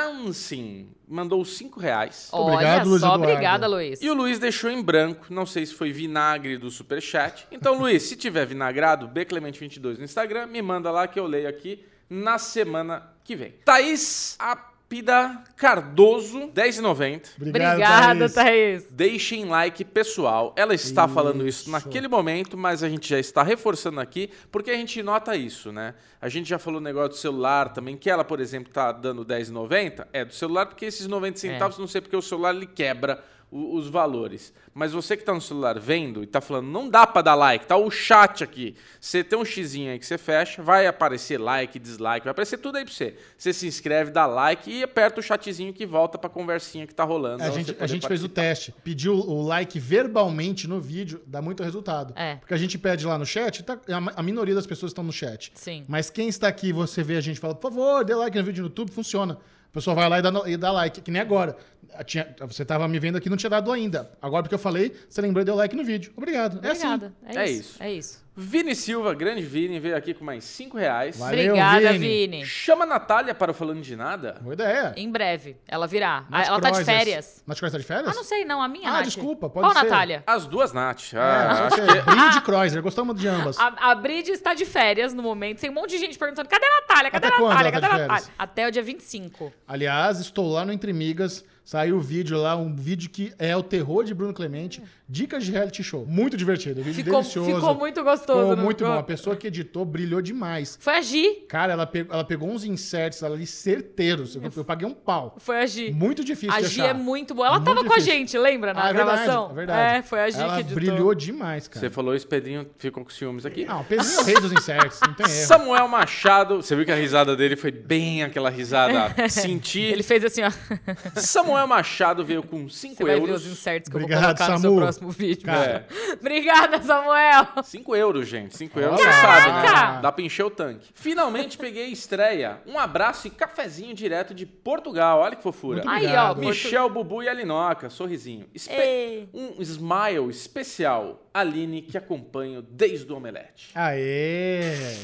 Speaker 3: Bornansin mandou 5 reais.
Speaker 2: Olha
Speaker 1: Obrigado, Luiz
Speaker 2: só,
Speaker 1: Eduardo.
Speaker 2: obrigada, Luiz.
Speaker 3: E o Luiz deixou em branco, não sei se foi vinagre do superchat. Então, Luiz, se tiver vinagrado, bclemente22 no Instagram, me manda lá que eu leio aqui na semana que vem. Thaís Apida Cardoso, 10,90.
Speaker 1: Obrigado,
Speaker 2: Obrigada,
Speaker 1: Thaís.
Speaker 2: Thaís.
Speaker 3: Deixem like, pessoal. Ela está
Speaker 1: Isso.
Speaker 3: falando isso naquele momento, mas a gente já está reforçando aqui, porque a gente nota isso, né? A gente já falou o negócio do celular também, que ela, por exemplo, tá dando 10,90. É do celular, porque esses
Speaker 1: É.
Speaker 3: 90 centavos, não sei porque o celular ele quebra o- os valores. Mas você que tá no celular vendo e tá falando, não dá para dar like, tá o chat aqui. Você tem um xizinho aí que você fecha, vai aparecer like, dislike, vai aparecer tudo aí pra você. Você se inscreve, dá like e aperta o chatzinho que volta pra conversinha que tá rolando.
Speaker 1: É, A
Speaker 3: pra você
Speaker 1: gente, a
Speaker 3: poder
Speaker 1: gente fez o teste. Pediu o like verbalmente no vídeo, dá muito resultado.
Speaker 2: É.
Speaker 1: Porque a gente pede lá no chat, tá- a ma- a minoria das pessoas estão no chat.
Speaker 2: Sim.
Speaker 1: Mas quem está aqui, você vê a gente e fala, por favor, dê like no vídeo no YouTube, funciona. A pessoa vai lá e dá, no- e dá like, que nem agora. Ah, tinha- você estava me vendo aqui não tinha dado ainda. Agora porque eu falei, você lembrou e deu like no vídeo. Obrigado. É assim.
Speaker 2: Obrigada. É,
Speaker 3: É
Speaker 2: isso.
Speaker 3: isso.
Speaker 2: É isso.
Speaker 3: Vini Silva, grande Vini, veio aqui com mais 5 reais.
Speaker 1: Vai. Valeu,
Speaker 2: obrigada,
Speaker 1: Vini.
Speaker 2: Vini.
Speaker 3: Chama a Natália para o Falando de Nada.
Speaker 1: Boa ideia. é.
Speaker 2: Em breve, ela virá.
Speaker 1: Nath
Speaker 2: ela tá de
Speaker 1: Croizers.
Speaker 2: férias.
Speaker 1: Nath Croiser tá de férias?
Speaker 2: Ah, não sei, não. A minha,
Speaker 1: Ah,
Speaker 2: Nath.
Speaker 1: desculpa, pode
Speaker 2: Qual
Speaker 1: ser.
Speaker 2: Natália?
Speaker 3: As duas Nath.
Speaker 1: É,
Speaker 3: Ah,
Speaker 1: pode ser. Brinde Croiser, gostamos de ambas.
Speaker 2: A, a Bride está de férias no momento. Tem um monte de gente perguntando: cadê a Natália? Cadê
Speaker 1: Até
Speaker 2: a
Speaker 1: quando
Speaker 2: Natália?
Speaker 1: ela tá
Speaker 2: Cadê
Speaker 1: de
Speaker 2: a Natália?
Speaker 1: férias?
Speaker 2: Até o dia 25.
Speaker 1: Aliás, estou lá no Entre Migas. Saiu o vídeo lá, um vídeo que é o terror de Bruno Clemente. Dicas de reality show. Muito divertido, um vídeo
Speaker 2: Ficou,
Speaker 1: delicioso.
Speaker 2: ficou muito né? gostoso.
Speaker 1: Ficou
Speaker 2: não
Speaker 1: muito
Speaker 2: ficou?
Speaker 1: bom. A pessoa que editou brilhou demais.
Speaker 2: Foi a Gi.
Speaker 1: Cara, ela, pe- ela pegou uns inserts ali certeiros. Eu, eu paguei um pau.
Speaker 2: Foi a Gi.
Speaker 1: Muito difícil
Speaker 2: a
Speaker 1: de
Speaker 2: Gi
Speaker 1: achar.
Speaker 2: é muito boa. Ela
Speaker 1: Muito
Speaker 2: tava com a
Speaker 1: difícil.
Speaker 2: gente, lembra? Na
Speaker 1: Ah, é verdade,
Speaker 2: gravação.
Speaker 1: é verdade.
Speaker 2: É, foi a Gi
Speaker 1: ela
Speaker 2: que editou.
Speaker 1: brilhou demais, cara.
Speaker 3: Você falou isso, Pedrinho ficou com ciúmes aqui.
Speaker 1: Não, o Pedrinho é o rei dos inserts, não tem erro.
Speaker 3: Samuel Machado, você viu que a risada dele foi bem aquela risada. Senti.
Speaker 2: Ele fez assim, ó.
Speaker 3: Samuel Machado veio com
Speaker 2: Você
Speaker 3: 5
Speaker 2: vai ver
Speaker 3: euros.
Speaker 2: os inserts que eu vou
Speaker 1: Obrigado,
Speaker 2: colocar no seu
Speaker 1: Samu.
Speaker 2: próximo vídeo.
Speaker 1: Cara.
Speaker 2: Obrigada, Samuel.
Speaker 3: 5 euros, gente. 5 euros,
Speaker 1: Olha.
Speaker 3: você sabe,
Speaker 2: Caraca!
Speaker 3: né? Dá pra encher o tanque. Finalmente peguei a estreia. Um abraço e cafezinho direto de Portugal. Olha que fofura.
Speaker 1: Muito
Speaker 2: Aí,
Speaker 1: Obrigado.
Speaker 2: ó.
Speaker 3: Michel, Bubu e Alinoca, sorrisinho. Espe-
Speaker 2: Ei.
Speaker 3: Um smile especial, Aline, que acompanho desde o Omelete.
Speaker 1: Aê!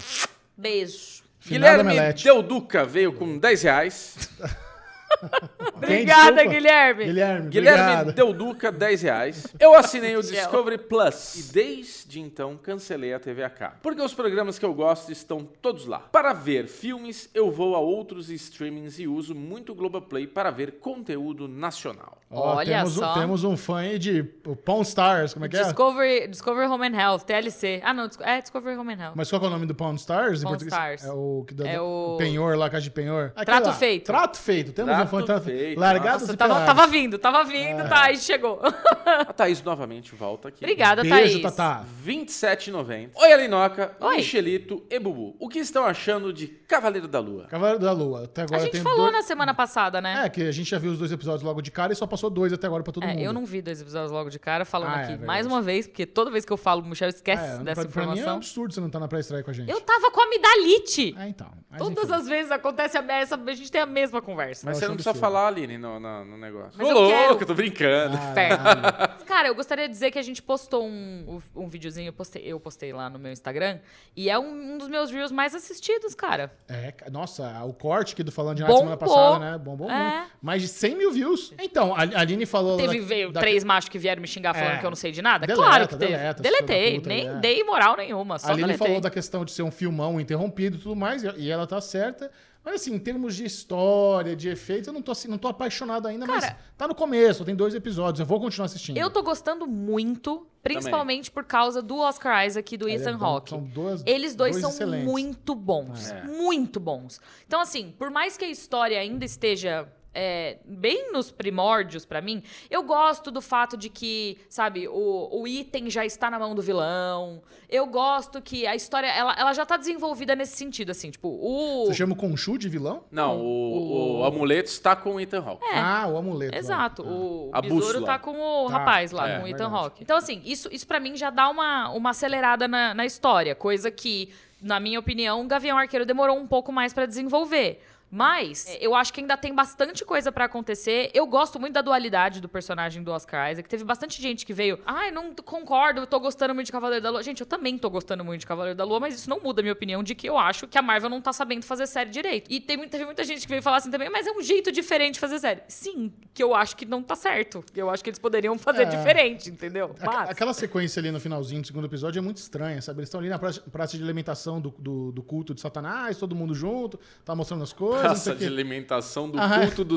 Speaker 2: Beijo.
Speaker 1: Final do
Speaker 3: Guilherme
Speaker 1: Omelete.
Speaker 3: Del Duca veio com 10 reais.
Speaker 2: Obrigada,
Speaker 1: desculpa?
Speaker 2: Guilherme.
Speaker 1: Guilherme,
Speaker 3: Guilherme
Speaker 1: obrigado.
Speaker 3: Del Duca, 10 reais. Eu assinei o
Speaker 2: Gel.
Speaker 3: Discovery Plus e desde então cancelei a TV a cabo. Porque os programas que eu gosto estão todos lá. Para ver filmes, eu vou a outros streamings e uso muito o Globoplay para ver conteúdo nacional.
Speaker 1: Ó,
Speaker 2: Olha
Speaker 1: temos
Speaker 2: só.
Speaker 1: Um, temos um fã aí de o Pawn Stars, como é que é?
Speaker 2: Discovery, Discovery Home and Health, TLC. Ah, não, Disco- é Discovery Home and Health.
Speaker 1: Mas qual que é o nome do Pawn Stars
Speaker 2: Pawn
Speaker 1: em português?
Speaker 2: Stars.
Speaker 1: É o que dá,
Speaker 2: É o-
Speaker 1: penhor lá, casa de penhor. Aquele
Speaker 2: Trato
Speaker 1: lá.
Speaker 2: feito.
Speaker 1: Trato feito. Temos um
Speaker 3: Trato
Speaker 1: fã de trato
Speaker 3: feito.
Speaker 1: feito. Largados
Speaker 2: Nossa,
Speaker 1: e
Speaker 2: tava,
Speaker 1: pelados.
Speaker 2: tava vindo, tava vindo,
Speaker 1: É.
Speaker 2: tá, aí chegou.
Speaker 3: A Thaís novamente volta aqui.
Speaker 2: Obrigada,
Speaker 1: Beijo,
Speaker 2: Thaís.
Speaker 1: Tatá.
Speaker 3: 27,90. Oi, Alinoca,
Speaker 2: Oi.
Speaker 3: Michelito e Bubu. O que estão achando de Cavaleiro da Lua?
Speaker 1: Cavaleiro da Lua. Até
Speaker 2: A
Speaker 1: agora
Speaker 2: gente
Speaker 1: tem
Speaker 2: falou
Speaker 1: dois...
Speaker 2: na semana passada, né?
Speaker 1: É, que a gente já viu os dois episódios logo de cara e só passou dois até agora pra todo
Speaker 2: É,
Speaker 1: mundo.
Speaker 2: eu não vi dois episódios logo de cara, falando
Speaker 1: Ah, é
Speaker 2: aqui
Speaker 1: verdade.
Speaker 2: mais uma vez, porque toda vez que eu falo, o Michel esquece
Speaker 1: É,
Speaker 2: dessa
Speaker 1: pra, pra mim é um
Speaker 2: informação.
Speaker 1: absurdo você não tá na pré-estreia com a gente.
Speaker 2: Eu tava com amidalite.
Speaker 1: É, então. Mas,
Speaker 2: Todas
Speaker 1: enfim.
Speaker 2: as vezes acontece a essa, a gente tem a mesma conversa.
Speaker 3: Mas
Speaker 1: Eu
Speaker 3: você
Speaker 1: acho
Speaker 3: não precisa
Speaker 1: absurdo.
Speaker 3: falar, Aline, no, no, no negócio.
Speaker 2: Mas
Speaker 3: Ô,
Speaker 2: eu quero.
Speaker 3: louco, eu tô brincando.
Speaker 1: Ah,
Speaker 2: Inferno. Cara, eu gostaria de dizer que a gente postou um, um videozinho, eu postei, eu postei lá no meu Instagram, e é um, um dos meus reels mais assistidos, cara.
Speaker 1: É, ca- nossa, o corte aqui do Falando de Nada semana
Speaker 2: Bombou.
Speaker 1: passada, né? Bombou
Speaker 2: É.
Speaker 1: muito. Mais de 100 mil views. Então, a a Aline falou...
Speaker 2: Teve
Speaker 1: da-
Speaker 2: veio
Speaker 1: da-
Speaker 2: três machos que vieram me xingar falando
Speaker 1: É.
Speaker 2: que eu não sei de nada?
Speaker 1: Deleta,
Speaker 2: claro que teve.
Speaker 1: deleta,
Speaker 2: Deletei,
Speaker 1: filho da puta,
Speaker 2: nem
Speaker 1: é.
Speaker 2: dei moral nenhuma, só
Speaker 1: A Aline
Speaker 2: deletei.
Speaker 1: falou da questão de ser um filmão interrompido e tudo mais, e- e ela tá certa. Mas assim, em termos de história, de efeitos, eu não tô, assim, não tô apaixonado ainda,
Speaker 2: Cara-
Speaker 1: mas tá no começo, tem dois episódios, eu vou continuar assistindo.
Speaker 2: Eu tô gostando muito, principalmente por causa do Oscar Isaac e do
Speaker 1: Ele é
Speaker 2: Ethan
Speaker 1: bom,
Speaker 2: Hawke.
Speaker 1: São duas,
Speaker 2: Eles dois, são
Speaker 1: excelentes.
Speaker 2: muito bons.
Speaker 3: É.
Speaker 2: Muito bons. Então, assim, por mais que a história ainda esteja. é, bem nos primórdios pra mim, eu gosto do fato de que, sabe, o, o item já está na mão do vilão. Eu gosto que a história, ela, ela já tá desenvolvida nesse sentido, assim, tipo, o.
Speaker 1: Você chama o Conchu de vilão?
Speaker 3: Não, o, o amuleto está com o Ethan Hawke.
Speaker 1: Ah, o amuleto. lá.
Speaker 2: É. Exato.
Speaker 1: Ah.
Speaker 2: O
Speaker 3: A
Speaker 2: besouro
Speaker 3: bússola.
Speaker 2: tá com o
Speaker 1: Tá.
Speaker 2: rapaz lá,
Speaker 3: É,
Speaker 2: com o Ethan
Speaker 1: verdade.
Speaker 2: Hawke. Então, assim, isso, isso para mim já dá uma, uma acelerada na, na história. Coisa que, na minha opinião, o Gavião Arqueiro demorou um pouco mais pra desenvolver. Mas é, eu acho que ainda tem bastante coisa pra acontecer. Eu gosto muito da dualidade do personagem do Oscar Isaac. Teve bastante gente que veio. Ai, não concordo, eu tô gostando muito de Cavaleiro da Lua. Gente, eu também tô gostando muito de Cavaleiro da Lua, mas isso não muda a minha opinião de que eu acho que a Marvel não tá sabendo fazer série direito. E tem, mu- teve muita gente que veio falar assim também, mas é um jeito diferente de fazer série. Sim, que eu acho que não tá certo. Eu acho que eles poderiam fazer
Speaker 1: É.
Speaker 2: diferente, entendeu?
Speaker 1: Aqu-
Speaker 2: Mas.
Speaker 1: Aquela sequência ali no finalzinho do segundo episódio é muito estranha, sabe? Eles estão ali na praça, praça de alimentação do, do, do culto de Satanás, todo mundo junto, tá mostrando as coisas. não sei
Speaker 3: Praça
Speaker 1: o
Speaker 3: de
Speaker 1: quê.
Speaker 3: alimentação do
Speaker 1: Ah, é.
Speaker 3: culto do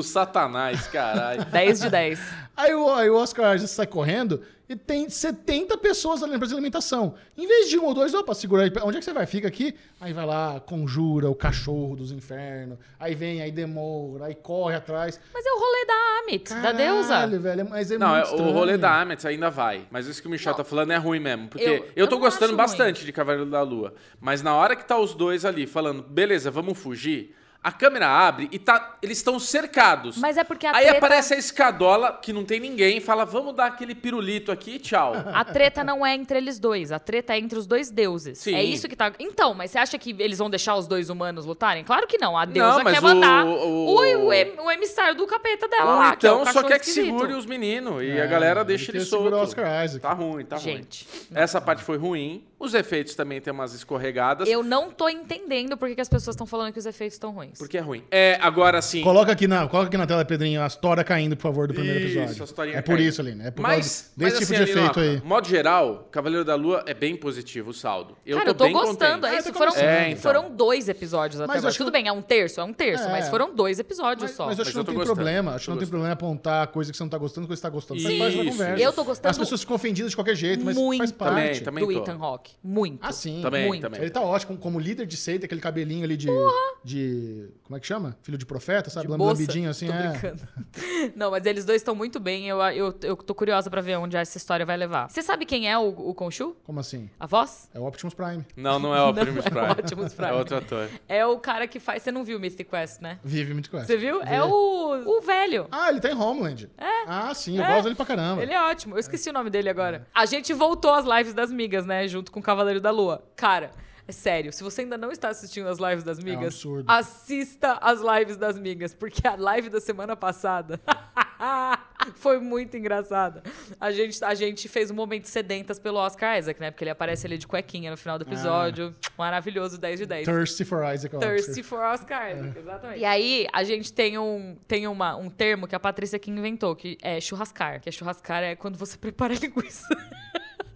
Speaker 3: satanás, caralho.
Speaker 2: 10 de 10.
Speaker 1: Aí o, aí o Oscar Isaac sai correndo e tem 70 pessoas ali na praça de alimentação. Em vez de um ou dois, opa, segura aí. Onde é que você vai? Fica aqui. Aí vai lá, conjura o cachorro dos infernos. Aí vem, aí demora, aí corre atrás.
Speaker 2: Mas é o rolê da Amit, da
Speaker 1: Caralho,
Speaker 2: deusa.
Speaker 1: velho, mas é
Speaker 3: Não,
Speaker 1: muito
Speaker 3: é-
Speaker 1: estranho.
Speaker 3: o rolê da Amet ainda vai. Mas isso que o Michel tá falando é ruim mesmo. Porque
Speaker 2: Eu-
Speaker 3: eu,
Speaker 2: eu
Speaker 3: tô
Speaker 2: não
Speaker 3: gostando
Speaker 2: acho
Speaker 3: bastante de Cavaleiro da Lua. Mas na hora que tá os dois ali falando, beleza, vamos fugir, a câmera abre e tá. Eles estão cercados.
Speaker 2: Mas é porque a
Speaker 3: Aí
Speaker 2: treta-
Speaker 3: aparece a escadola, que não tem ninguém, e fala, vamos dar aquele pirulito aqui e tchau.
Speaker 2: A treta não é entre eles dois, a treta é entre os dois deuses.
Speaker 3: Sim.
Speaker 2: É isso que tá. Então, mas você acha que eles vão deixar os dois humanos lutarem? Claro que não. A
Speaker 3: Não,
Speaker 2: deusa
Speaker 3: mas
Speaker 2: quer mandar
Speaker 3: o-
Speaker 2: o,
Speaker 3: o-
Speaker 2: o em- o emissário do capeta dela
Speaker 3: Ou
Speaker 2: lá. que é
Speaker 3: então
Speaker 2: o
Speaker 3: só
Speaker 2: cachorro
Speaker 3: quer que
Speaker 2: esquisito.
Speaker 3: segure os meninos e
Speaker 1: É,
Speaker 3: a galera
Speaker 1: ele
Speaker 3: deixa
Speaker 1: quer
Speaker 3: ele
Speaker 1: segurar o
Speaker 3: solto.
Speaker 1: Oscar Isaac.
Speaker 3: Tá ruim, tá
Speaker 2: Gente,
Speaker 3: ruim. Essa parte foi ruim. Os efeitos também tem umas escorregadas.
Speaker 2: eu não tô entendendo por que, que as pessoas estão falando que os efeitos estão ruins.
Speaker 3: Porque é ruim. É, agora sim.
Speaker 1: Coloca aqui, na, coloca aqui na tela, Pedrinho, a história caindo, por favor, do primeiro
Speaker 3: Isso,
Speaker 1: episódio.
Speaker 3: a historinha
Speaker 1: é por
Speaker 3: caindo.
Speaker 1: isso, Aline. É por
Speaker 3: Mas,
Speaker 1: causa desse
Speaker 3: mas
Speaker 1: tipo
Speaker 3: assim,
Speaker 1: de
Speaker 3: Alinoca,
Speaker 1: efeito aí.
Speaker 3: modo geral, Cavaleiro da Lua é bem positivo o saldo. Eu
Speaker 2: Cara,
Speaker 3: tô,
Speaker 2: eu
Speaker 3: bem
Speaker 2: tô gostando.
Speaker 3: contente.
Speaker 1: Ah,
Speaker 2: Isso
Speaker 1: eu tô
Speaker 2: foram,
Speaker 1: gostando.
Speaker 3: É, então.
Speaker 2: foram dois episódios até
Speaker 1: Mas eu
Speaker 2: agora.
Speaker 1: acho que-
Speaker 2: Tudo bem, é um terço, é um terço,
Speaker 1: É.
Speaker 2: mas foram dois episódios só.
Speaker 1: Mas eu acho que
Speaker 3: Mas eu
Speaker 1: não
Speaker 3: tô
Speaker 1: tem
Speaker 3: gostando,
Speaker 1: problema. Acho que
Speaker 3: tô
Speaker 1: não tem problema apontar coisa que você não tá gostando, coisa que você tá gostando. Faz
Speaker 3: Sim.
Speaker 1: parte da conversa.
Speaker 2: Eu tô gostando
Speaker 1: As pessoas ficam ofendidas de qualquer jeito, mas
Speaker 2: muito
Speaker 1: faz parte.
Speaker 3: Também, também
Speaker 2: do
Speaker 3: tô.
Speaker 2: Ethan Hawke. Muito.
Speaker 1: Ah, sim.
Speaker 3: Também,
Speaker 2: é Muito.
Speaker 3: também.
Speaker 1: Ele tá ótimo, como líder de seita, aquele cabelinho ali de. de como é que chama? Filho de profeta, sabe?
Speaker 2: de
Speaker 1: Lam-
Speaker 2: bolsa.
Speaker 1: Lambidinho assim,
Speaker 2: Tô
Speaker 1: é.
Speaker 2: brincando. Não, mas eles dois estão muito bem. Eu, eu, eu tô curiosa pra ver onde essa história vai levar. Você sabe quem é o, o Conchu?
Speaker 1: Como assim?
Speaker 2: A voz?
Speaker 1: É o Optimus Prime.
Speaker 3: Não, não é o Optimus
Speaker 2: é o
Speaker 3: Prime.
Speaker 2: Optimus Prime.
Speaker 3: É outro ator.
Speaker 2: É o cara que faz. Você não viu Mystic Quest, né?
Speaker 1: Vive muito classe.
Speaker 2: Você viu? É o, o velho.
Speaker 1: Ah, ele tá em Homeland. É? Ah, sim, eu
Speaker 2: É.
Speaker 1: gosto dele pra caramba. É.
Speaker 2: Ele é ótimo. Eu esqueci o nome dele agora. A gente voltou às lives das migas, né? Junto com o Cavaleiro da Lua. Cara. É sério, se você ainda não está assistindo as lives das migas,
Speaker 1: É um absurdo.
Speaker 2: assista as lives das migas, porque a live da semana passada Foi muito engraçado. A gente, a gente fez um momento sedentas pelo Oscar Isaac, né? Porque ele aparece ali de cuequinha no
Speaker 1: Ah.
Speaker 2: final do episódio. Maravilhoso, 10 de 10.
Speaker 1: Thirsty for Isaac Oscar.
Speaker 2: é Thirsty for Oscar
Speaker 1: É.
Speaker 2: Isaac, exatamente. E aí, a gente tem, um, tem uma, um termo que a Patrícia que inventou, que é churrascar. Que é churrascar é quando você prepara a linguiça.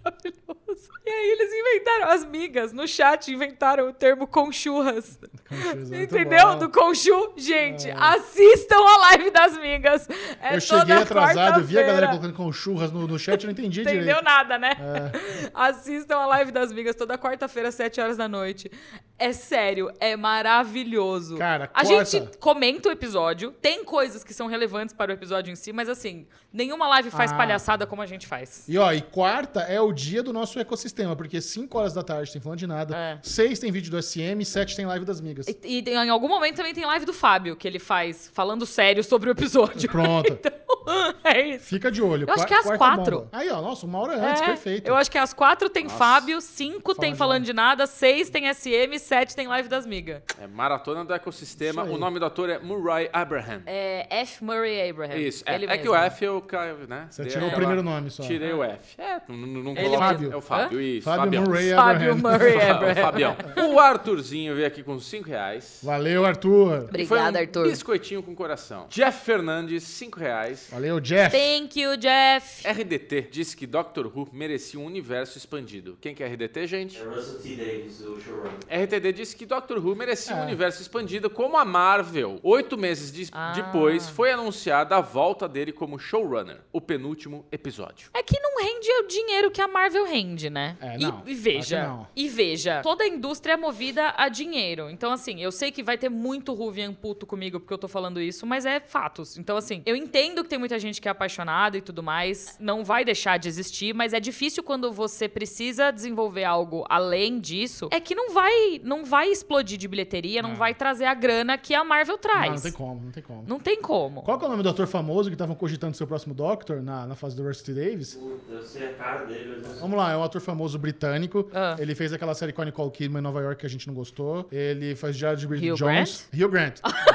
Speaker 2: Maravilhoso. E aí, eles inventaram, as migas no chat inventaram o termo conchurras.
Speaker 1: Conchurras, muito
Speaker 2: Entendeu?
Speaker 1: bom. É.
Speaker 2: Do conchu. Gente, assistam a live das migas. É
Speaker 1: eu cheguei
Speaker 2: toda
Speaker 1: atrasado, vi a galera
Speaker 2: quarta-feira.
Speaker 1: colocando com churras no, no chat, eu não entendi
Speaker 2: Entendeu
Speaker 1: direito. É.
Speaker 2: nada, né? Assistam a live das migas toda quarta-feira, às 7 horas da noite. É sério, é maravilhoso.
Speaker 1: Cara,
Speaker 2: a
Speaker 1: corta.
Speaker 2: gente comenta o episódio, tem coisas que são relevantes para o episódio em si, mas assim, nenhuma live faz
Speaker 1: Ah.
Speaker 2: palhaçada como a gente faz.
Speaker 1: E ó, e quarta é o dia do nosso ecossistema, porque 5 horas da tarde tem falando de nada,
Speaker 2: É.
Speaker 1: 6 tem vídeo do SM, 7 tem live das migas.
Speaker 2: E, e tem- em algum momento também tem live do Fábio, que ele faz falando sério sobre o episódio.
Speaker 1: Pronto.
Speaker 2: Então, é isso.
Speaker 1: Fica de olho.
Speaker 2: Eu acho
Speaker 1: qua-
Speaker 2: que é às
Speaker 1: quarta
Speaker 2: quatro.
Speaker 1: bomba. Aí, ó, nossa, uma hora antes,
Speaker 2: É,
Speaker 1: perfeito.
Speaker 2: Eu acho que às quatro tem
Speaker 3: Nossa.
Speaker 2: Fábio, cinco tem
Speaker 1: de
Speaker 2: Falando de Nada, seis tem SM, sete tem Live das Migas.
Speaker 3: É Maratona do Ecossistema.
Speaker 1: Isso aí.
Speaker 3: O nome do ator é Murray Abraham.
Speaker 2: É F. Murray Abraham.
Speaker 3: Isso. É,
Speaker 2: Ele
Speaker 3: é que
Speaker 2: mesmo.
Speaker 3: o F eu caio, né?
Speaker 1: Você
Speaker 3: Dei
Speaker 1: tirou o
Speaker 3: aquela-
Speaker 1: primeiro nome só.
Speaker 3: Tirei o F. É, não, não- não
Speaker 2: Ele
Speaker 3: coloca-
Speaker 1: Fábio.
Speaker 3: É o Fábio, isso.
Speaker 1: Fábio
Speaker 3: Fabião.
Speaker 1: Murray
Speaker 2: Fábio
Speaker 1: Abraham.
Speaker 2: Murray
Speaker 3: Fa-
Speaker 2: Abraham.
Speaker 3: Fabião. O Arthurzinho veio aqui com 5 reais.
Speaker 1: Valeu, Arthur.
Speaker 3: E foi um
Speaker 2: Obrigada, Arthur.
Speaker 3: Biscoitinho com coração. Jeff Fernandes, 5 reais.
Speaker 1: Valeu, Jeff.
Speaker 2: Thank you, Jeff.
Speaker 3: RDT disse que Doctor Who merecia um universo expandido. Quem que é RDT, gente?
Speaker 4: É Russell T. Davis, o showrunner.
Speaker 3: RTD disse que Doctor Who merecia
Speaker 1: É.
Speaker 3: um universo expandido como a Marvel. Oito meses de-
Speaker 2: Ah.
Speaker 3: depois foi anunciada a volta dele como showrunner, o penúltimo episódio.
Speaker 2: É que não rende o dinheiro que a Marvel rende, né?
Speaker 1: É,
Speaker 2: E-
Speaker 1: não.
Speaker 2: e, veja,
Speaker 1: Acho que não.
Speaker 2: e veja, toda a indústria é movida a dinheiro. Então, assim, eu sei que vai ter muito Ruvian puto comigo porque eu tô falando isso, mas é fatos. Então, assim, eu entendo que tem muita gente que é apaixonada e tudo mais, não vai deixar de existir, mas é difícil quando você precisa desenvolver algo além disso. É que não vai, não vai explodir de bilheteria, não vai trazer a grana que a
Speaker 1: Ah,
Speaker 2: Marvel
Speaker 1: Não,
Speaker 2: traz.
Speaker 1: não tem como, não tem como.
Speaker 2: Não tem como.
Speaker 1: Qual que é o nome do ator famoso que estavam cogitando ser o próximo Doctor na, na fase do Rusty Davis?
Speaker 4: Puta, eu sei a cara dele, mas não sei.
Speaker 1: Vamos lá, é um ator famoso britânico.
Speaker 2: Ah.
Speaker 1: Ele fez aquela série com a Nicole Kidman em Nova York que a gente não gostou. Ele faz Diário de Bridget
Speaker 2: Hugh
Speaker 1: Jones. Rio Grant.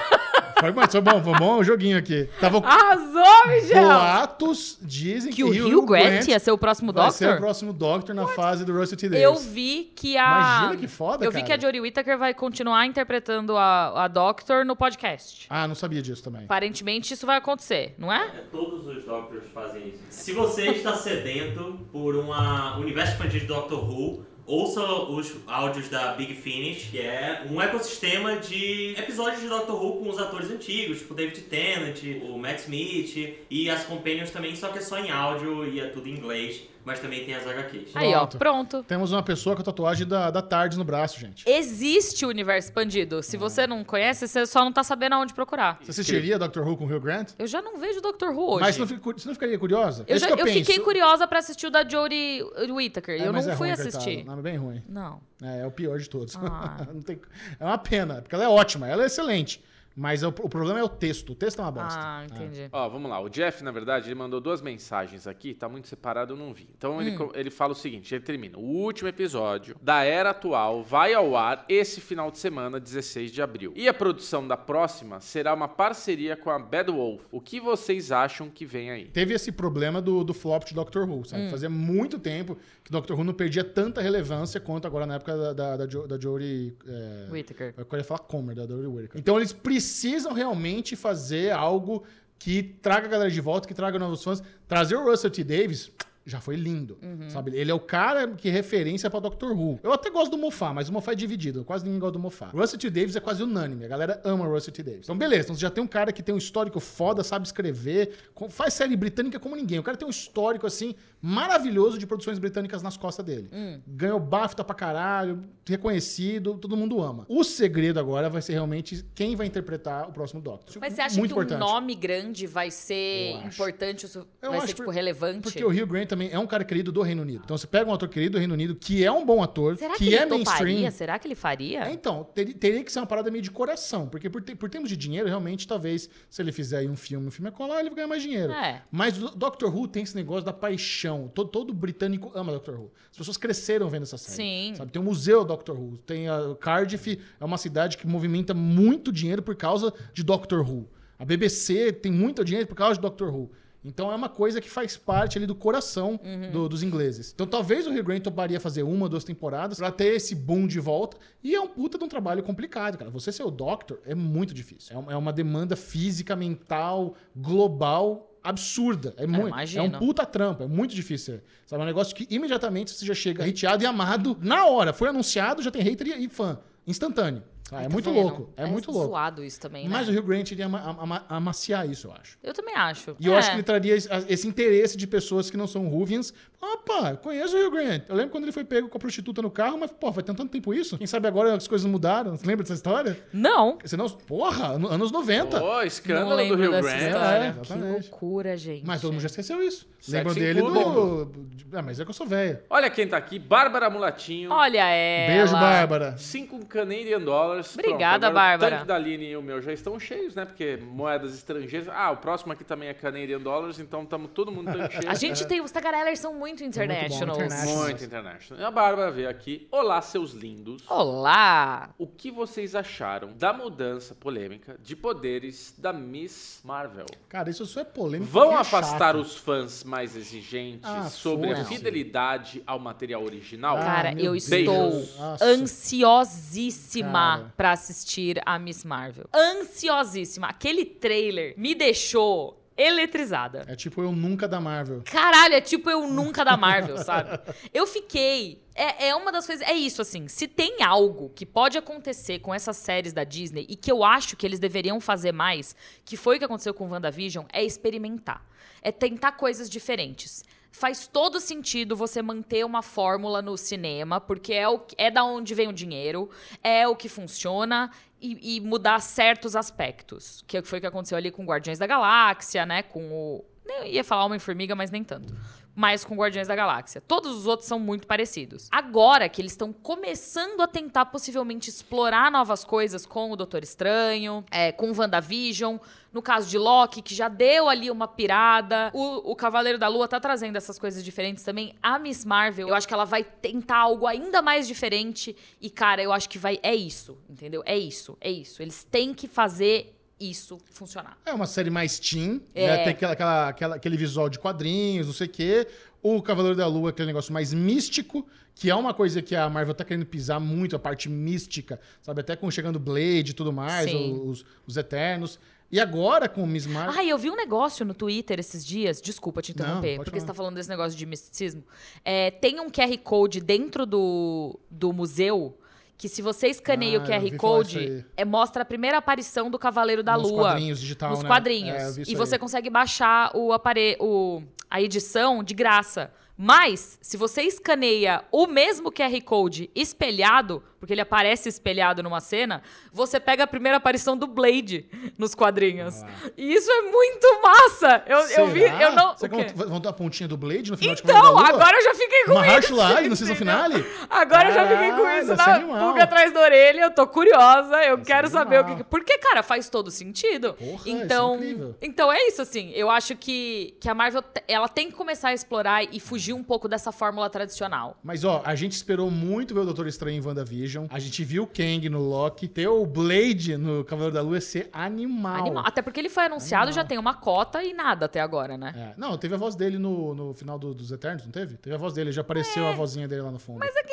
Speaker 1: foi, bom, foi bom, foi bom o joguinho aqui. Tava
Speaker 2: Arrasou, Michel!
Speaker 1: boatos, dizem
Speaker 2: Que o Hugh Grant ia ser o próximo
Speaker 1: vai ser o
Speaker 2: Doctor?
Speaker 1: próximo Doctor na fase do Rusty T. Davis.
Speaker 2: Eu vi que a.
Speaker 1: Imagina que foda,
Speaker 2: Eu vi
Speaker 1: cara.
Speaker 2: que a Jory Whittaker vai continuar interpretando a, a Doctor no podcast.
Speaker 1: Ah, não sabia disso também.
Speaker 2: Aparentemente isso vai acontecer, não é?
Speaker 4: É, Todos os Doctors fazem isso. Se você está sedento por uma um universo expandido de Doctor Who, ouça os áudios da Big Finish, que é um ecossistema de episódios de Doctor Who com os atores antigos, tipo David Tennant, o Matt Smith e as Companions também, só que é só em áudio e é tudo em inglês, mas também tem as HQs.
Speaker 2: Aí, ó, pronto.
Speaker 1: Temos uma pessoa com a tatuagem da, da tarde no braço, gente.
Speaker 2: Existe o universo expandido.
Speaker 1: Hum.
Speaker 2: Se você não conhece, você só não tá sabendo aonde procurar.
Speaker 1: Você assistiria Doctor Who com o Hugh Grant?
Speaker 2: Eu já não vejo Doctor Who hoje.
Speaker 1: Mas você não, fica, cu- você não ficaria curiosa?
Speaker 2: eu,
Speaker 1: Isso
Speaker 2: já,
Speaker 1: que é
Speaker 2: eu fiquei
Speaker 1: penso.
Speaker 2: curiosa pra assistir o da Jory Whittaker.
Speaker 1: É,
Speaker 2: eu não
Speaker 1: mas é
Speaker 2: fui
Speaker 1: ruim,
Speaker 2: assistir.
Speaker 1: coitado. Não, é bem ruim.
Speaker 2: Não.
Speaker 1: É, é o pior de todos.
Speaker 2: Ah.
Speaker 1: Não tem- É uma pena, porque ela é ótima, ela é excelente. Mas é o, o problema é o texto. O texto é uma bosta.
Speaker 2: Ah, entendi.
Speaker 3: Ó, vamos lá. O Jeff, na verdade, ele mandou duas mensagens aqui, tá muito separado, eu não vi. Então
Speaker 2: Hum.
Speaker 3: ele, co- ele fala o seguinte: ele termina. O último episódio da era atual vai ao ar esse final de semana, 16 de abril. E a produção da próxima será uma parceria com a Bad Wolf. O que vocês acham que vem aí?
Speaker 1: Teve esse problema do, do flop de Doctor Who, sabe? Fazia muito tempo que Doctor Who não perdia tanta relevância quanto agora na época da, da, da, Jo- da Jodie... é,
Speaker 2: Whittaker.
Speaker 1: Eu queria falar Comer, da Dory Whittaker. Então eles precisam realmente fazer algo que traga a galera de volta, que traga novos fãs. Trazer o Russell T. Davis já foi lindo, sabe? Ele é o cara que é referência pra Doctor Who. Eu até gosto do Mofá, mas o Mofá é dividido. Quase ninguém gosta do Mofá. Russell T. Davis é quase unânime. A galera ama o Russell T. Davis. Então, beleza. Então, você já tem um cara que tem um histórico foda, sabe escrever, com- faz série britânica como ninguém. O cara tem um histórico, assim, maravilhoso de produções britânicas nas costas dele.
Speaker 2: Hum.
Speaker 1: Ganhou BAFTA pra caralho, reconhecido, todo mundo ama. O segredo agora vai ser realmente quem vai interpretar o próximo Doctor.
Speaker 2: Mas você acha
Speaker 1: Muito
Speaker 2: que
Speaker 1: importante.
Speaker 2: um nome grande vai ser
Speaker 1: Eu acho.
Speaker 2: importante? o su-
Speaker 1: Eu
Speaker 2: Vai
Speaker 1: acho
Speaker 2: ser,
Speaker 1: por-
Speaker 2: tipo, relevante?
Speaker 1: Porque o Rio Grant também é um cara querido do Reino Unido. Então você pega um ator querido do Reino Unido, que é um bom ator,
Speaker 2: Será
Speaker 1: que,
Speaker 2: que, ele
Speaker 1: é
Speaker 2: toparia?
Speaker 1: mainstream.
Speaker 2: Será que ele faria?
Speaker 1: É, então, ter- teria que ser uma parada meio de coração. Porque por, te- por termos de dinheiro, realmente, talvez, se ele fizer aí um filme, um filme é colar, ele vai ganhar mais dinheiro.
Speaker 2: É.
Speaker 1: Mas o Doctor Who tem esse negócio da paixão. Todo, todo britânico ama Doctor Who. As pessoas cresceram vendo essa série.
Speaker 2: Sim.
Speaker 1: Sabe? Tem um museu Doctor Who. Tem a Cardiff, é uma cidade que movimenta muito dinheiro por causa de Doctor Who. A BBC tem muito dinheiro por causa de Doctor Who. Então é uma coisa que faz parte ali do coração do- dos ingleses. Então talvez o Hugh Grant toparia fazer uma, duas temporadas pra ter esse boom de volta. E é um puta de um trabalho complicado, cara. Você ser o Doctor é muito difícil. É um- É uma demanda física, mental, global absurda. É muito. É um
Speaker 2: imagino.
Speaker 1: puta trampo. É muito difícil. Sabe, é um negócio que imediatamente você já chega hateado e amado na hora. Foi anunciado, já tem hater e e fã. Instantâneo. Ah, é
Speaker 2: Tá
Speaker 1: muito
Speaker 2: vendo?
Speaker 1: louco. É, muito louco.
Speaker 2: zoado isso também, né?
Speaker 1: Mas o Rio Grant iria ama- ama- amaciar isso, eu acho.
Speaker 2: Eu também acho.
Speaker 1: E eu
Speaker 2: É.
Speaker 1: acho que ele traria es- a- esse interesse de pessoas que não são Ruvians. Opa, eu conheço o Rio Grant. Eu lembro quando ele foi pego com a prostituta no carro, mas, pô, vai ter tanto tempo isso? Quem sabe agora as coisas mudaram? Você lembra dessa história?
Speaker 2: Não.
Speaker 1: Você não... Porra, ano- anos 90.
Speaker 3: Ó,
Speaker 2: Não
Speaker 3: escândalo do
Speaker 2: lembro
Speaker 3: Rio
Speaker 2: dessa
Speaker 3: Grande.
Speaker 2: história.
Speaker 1: É,
Speaker 2: que
Speaker 1: exatamente.
Speaker 2: loucura, gente.
Speaker 1: Mas todo mundo já esqueceu isso.
Speaker 3: Sex
Speaker 1: Lembram
Speaker 3: in
Speaker 1: dele do...
Speaker 3: Cuba.
Speaker 1: Ah, mas é que eu sou velho.
Speaker 3: Olha quem tá aqui, Bárbara Mulatinho.
Speaker 2: Olha ela.
Speaker 1: Beijo, Bárbara.
Speaker 3: 5 Canadian Dollars.
Speaker 2: Obrigada,
Speaker 3: Pronto, agora O
Speaker 2: Bárbara.
Speaker 3: tanque da Aline e o meu já estão cheios, né? Porque moedas estrangeiras. Ah, o próximo aqui também é Canadian Dollars, então estamos todo mundo tanque cheio.
Speaker 2: A
Speaker 1: É.
Speaker 2: gente tem... Os tagarelers são muito internationals.
Speaker 1: international.
Speaker 3: Muito international. E A Bárbara veio aqui. Olá, seus lindos.
Speaker 2: Olá.
Speaker 3: O que vocês acharam da mudança polêmica de poderes da Miss Marvel?
Speaker 1: Cara, isso só é polêmico.
Speaker 3: Vão
Speaker 1: porque é
Speaker 3: afastar
Speaker 1: chato.
Speaker 3: os fãs mais exigentes
Speaker 1: Ah,
Speaker 3: sobre a
Speaker 1: foda-se.
Speaker 3: fidelidade ao material original?
Speaker 1: Ah,
Speaker 2: Cara,
Speaker 1: meu
Speaker 2: eu
Speaker 1: Deus.
Speaker 2: estou
Speaker 1: Nossa.
Speaker 2: ansiosíssima
Speaker 1: Cara.
Speaker 2: pra assistir a Miss Marvel. Ansiosíssima. Aquele trailer me deixou eletrizada.
Speaker 1: É tipo eu nunca da Marvel.
Speaker 2: Caralho, é tipo eu nunca da Marvel, sabe? Eu fiquei. É, é uma das coisas. É isso, assim. Se tem algo que pode acontecer com essas séries da Disney e que eu acho que eles deveriam fazer mais, que foi o que aconteceu com WandaVision, é experimentar. É tentar coisas diferentes. Faz todo sentido você manter uma fórmula no cinema, porque é, o, é da onde vem o dinheiro, é o que funciona e, e mudar certos aspectos. Que foi o que aconteceu ali com Guardiões da Galáxia, né? Com o, eu ia falar Homem-Formiga, mas nem tanto. Mas com Guardiões da Galáxia. Todos os outros são muito parecidos. Agora que eles estão começando a tentar possivelmente explorar novas coisas com o Doutor Estranho, é, com WandaVision, no caso de Loki, que já deu ali uma pirada. O, o Cavaleiro da Lua tá trazendo essas coisas diferentes também. A Miss Marvel, eu acho que ela vai tentar algo ainda mais diferente. E, cara, eu acho que vai. É isso, entendeu? É isso, é isso. Eles têm que fazer isso funcionar.
Speaker 1: É uma série mais teen,
Speaker 2: É.
Speaker 1: né? tem aquela, aquela- aquela- aquele visual de quadrinhos, não sei o quê. O Cavaleiro da Lua, aquele negócio mais místico, que é uma coisa que a Marvel tá querendo pisar muito, a parte mística, sabe? Até com chegando Blade e tudo mais,
Speaker 2: Sim.
Speaker 1: o- os, os Eternos. E agora com o Miss Marvel.
Speaker 2: Ah, eu vi um negócio no Twitter esses dias. Desculpa te
Speaker 1: Não,
Speaker 2: interromper,
Speaker 1: pode
Speaker 2: porque
Speaker 1: falar.
Speaker 2: você tá falando desse negócio de misticismo. É, tem um QR Code dentro do, do museu que, se você escaneia
Speaker 1: Ah, eu
Speaker 2: o
Speaker 1: ouvi
Speaker 2: QR
Speaker 1: falar isso
Speaker 2: Code,
Speaker 1: aí.
Speaker 2: é, mostra a primeira aparição do Cavaleiro da
Speaker 1: nos
Speaker 2: Lua.
Speaker 1: quadrinhos digital,
Speaker 2: nos
Speaker 1: né?
Speaker 2: quadrinhos.
Speaker 1: É, eu vi isso
Speaker 2: e você
Speaker 1: aí.
Speaker 2: consegue baixar o apare... o... a edição de graça. Mas, se você escaneia o mesmo QR Code espelhado, porque ele aparece espelhado numa cena, você pega a primeira aparição do Blade nos quadrinhos. E isso é muito massa! Eu, eu vi,
Speaker 1: Será?
Speaker 2: eu não.
Speaker 1: Será
Speaker 2: o
Speaker 1: que
Speaker 2: quê?
Speaker 1: vão, vão ter a pontinha do Blade no final de
Speaker 2: Então,
Speaker 1: Cavaleiro da Lua?
Speaker 2: agora eu já fiquei com
Speaker 1: Uma
Speaker 2: isso.
Speaker 1: Heartline no season
Speaker 2: entendeu?
Speaker 1: finale?
Speaker 2: Agora eu já fiquei com
Speaker 1: Caralho,
Speaker 2: isso
Speaker 1: vai ser
Speaker 2: na
Speaker 1: animal.
Speaker 2: pulga atrás da orelha. Eu tô curiosa, eu
Speaker 1: ser
Speaker 2: quero saber o que.
Speaker 1: animal.
Speaker 2: Porque, cara, faz todo sentido.
Speaker 1: Porra, isso é
Speaker 2: então,
Speaker 1: incrível.
Speaker 2: então é isso, assim. Eu acho que, que a Marvel te- ela tem que começar a explorar e fugir um pouco dessa fórmula tradicional.
Speaker 1: Mas ó, a gente esperou muito ver o Doutor Estranho em WandaVision. A gente viu o Kang no Loki. Ter o Blade no Cavaleiro da Lua ia ser animal.
Speaker 2: Animal. Até porque ele foi anunciado, já tem uma cota e nada até agora, né?
Speaker 1: É. Não, teve a voz dele no, no final do- dos Eternos, não teve? Teve a voz dele, já apareceu a vozinha dele lá no fundo. Mas é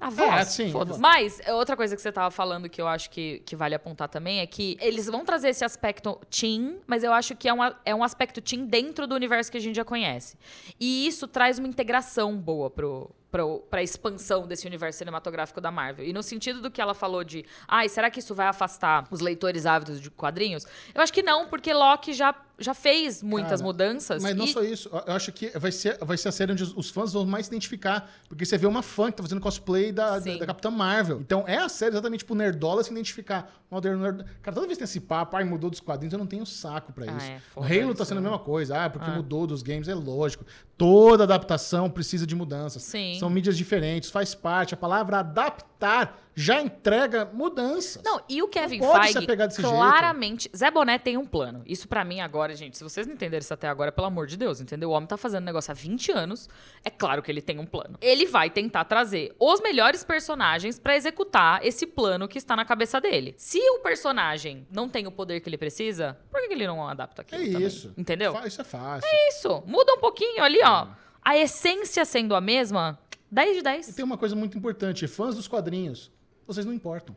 Speaker 2: A voz.
Speaker 1: É, sim,
Speaker 2: foda-se.
Speaker 1: a voz.
Speaker 2: Mas é, outra coisa que você tava falando que eu acho que, que vale apontar também é que eles vão trazer esse aspecto teen, mas eu acho que é, uma, é um aspecto teen dentro do universo que a gente já conhece. E isso traz uma integração boa pro. pro- Pra expansão desse universo cinematográfico da Marvel. E no sentido do que ela falou de, ai, será que isso vai afastar os leitores ávidos de quadrinhos? Eu acho que não, porque Loki já, já fez muitas
Speaker 1: Cara,
Speaker 2: mudanças.
Speaker 1: Mas não
Speaker 2: e-
Speaker 1: só isso, eu acho que vai ser, vai ser a série onde os- os fãs vão mais se identificar. Porque você vê uma fã que tá fazendo cosplay da, da,
Speaker 2: Sim.
Speaker 1: da Capitã Marvel. Então é a série exatamente pro Nerdola se identificar. Modern Nerd... Cara, toda vez que tem esse papo, ai, mudou dos quadrinhos, eu não tenho saco pra
Speaker 2: Ah,
Speaker 1: isso.
Speaker 2: é,
Speaker 1: o
Speaker 2: foda
Speaker 1: Halo
Speaker 2: isso,
Speaker 1: tá sendo
Speaker 2: né?
Speaker 1: a mesma coisa. Ah, porque mudou dos games, é lógico. Toda adaptação precisa de mudanças.
Speaker 2: Sim.
Speaker 1: São mídias diferentes, faz parte. A palavra adaptar já entrega mudanças.
Speaker 2: Não, e o Kevin
Speaker 1: pode se
Speaker 2: Feige
Speaker 1: apegar desse jeito.
Speaker 2: claramente, Zé Boné tem um plano. Isso pra mim agora agora, gente, se vocês não entenderam isso até agora, pelo amor de Deus, entendeu? O homem tá fazendo negócio há 20 anos, é claro que ele tem um plano. Ele vai tentar trazer os melhores personagens pra executar esse plano que está na cabeça dele. Se o personagem não tem o poder que ele precisa, por que que ele não adapta aquilo
Speaker 1: É
Speaker 2: também?
Speaker 1: isso.
Speaker 2: Entendeu?
Speaker 1: Fa- Isso é fácil.
Speaker 2: isso. Muda um pouquinho ali, ó. A essência sendo a mesma, 10 de
Speaker 1: E
Speaker 2: 10.
Speaker 1: tem uma coisa muito importante: fãs dos quadrinhos, vocês não importam.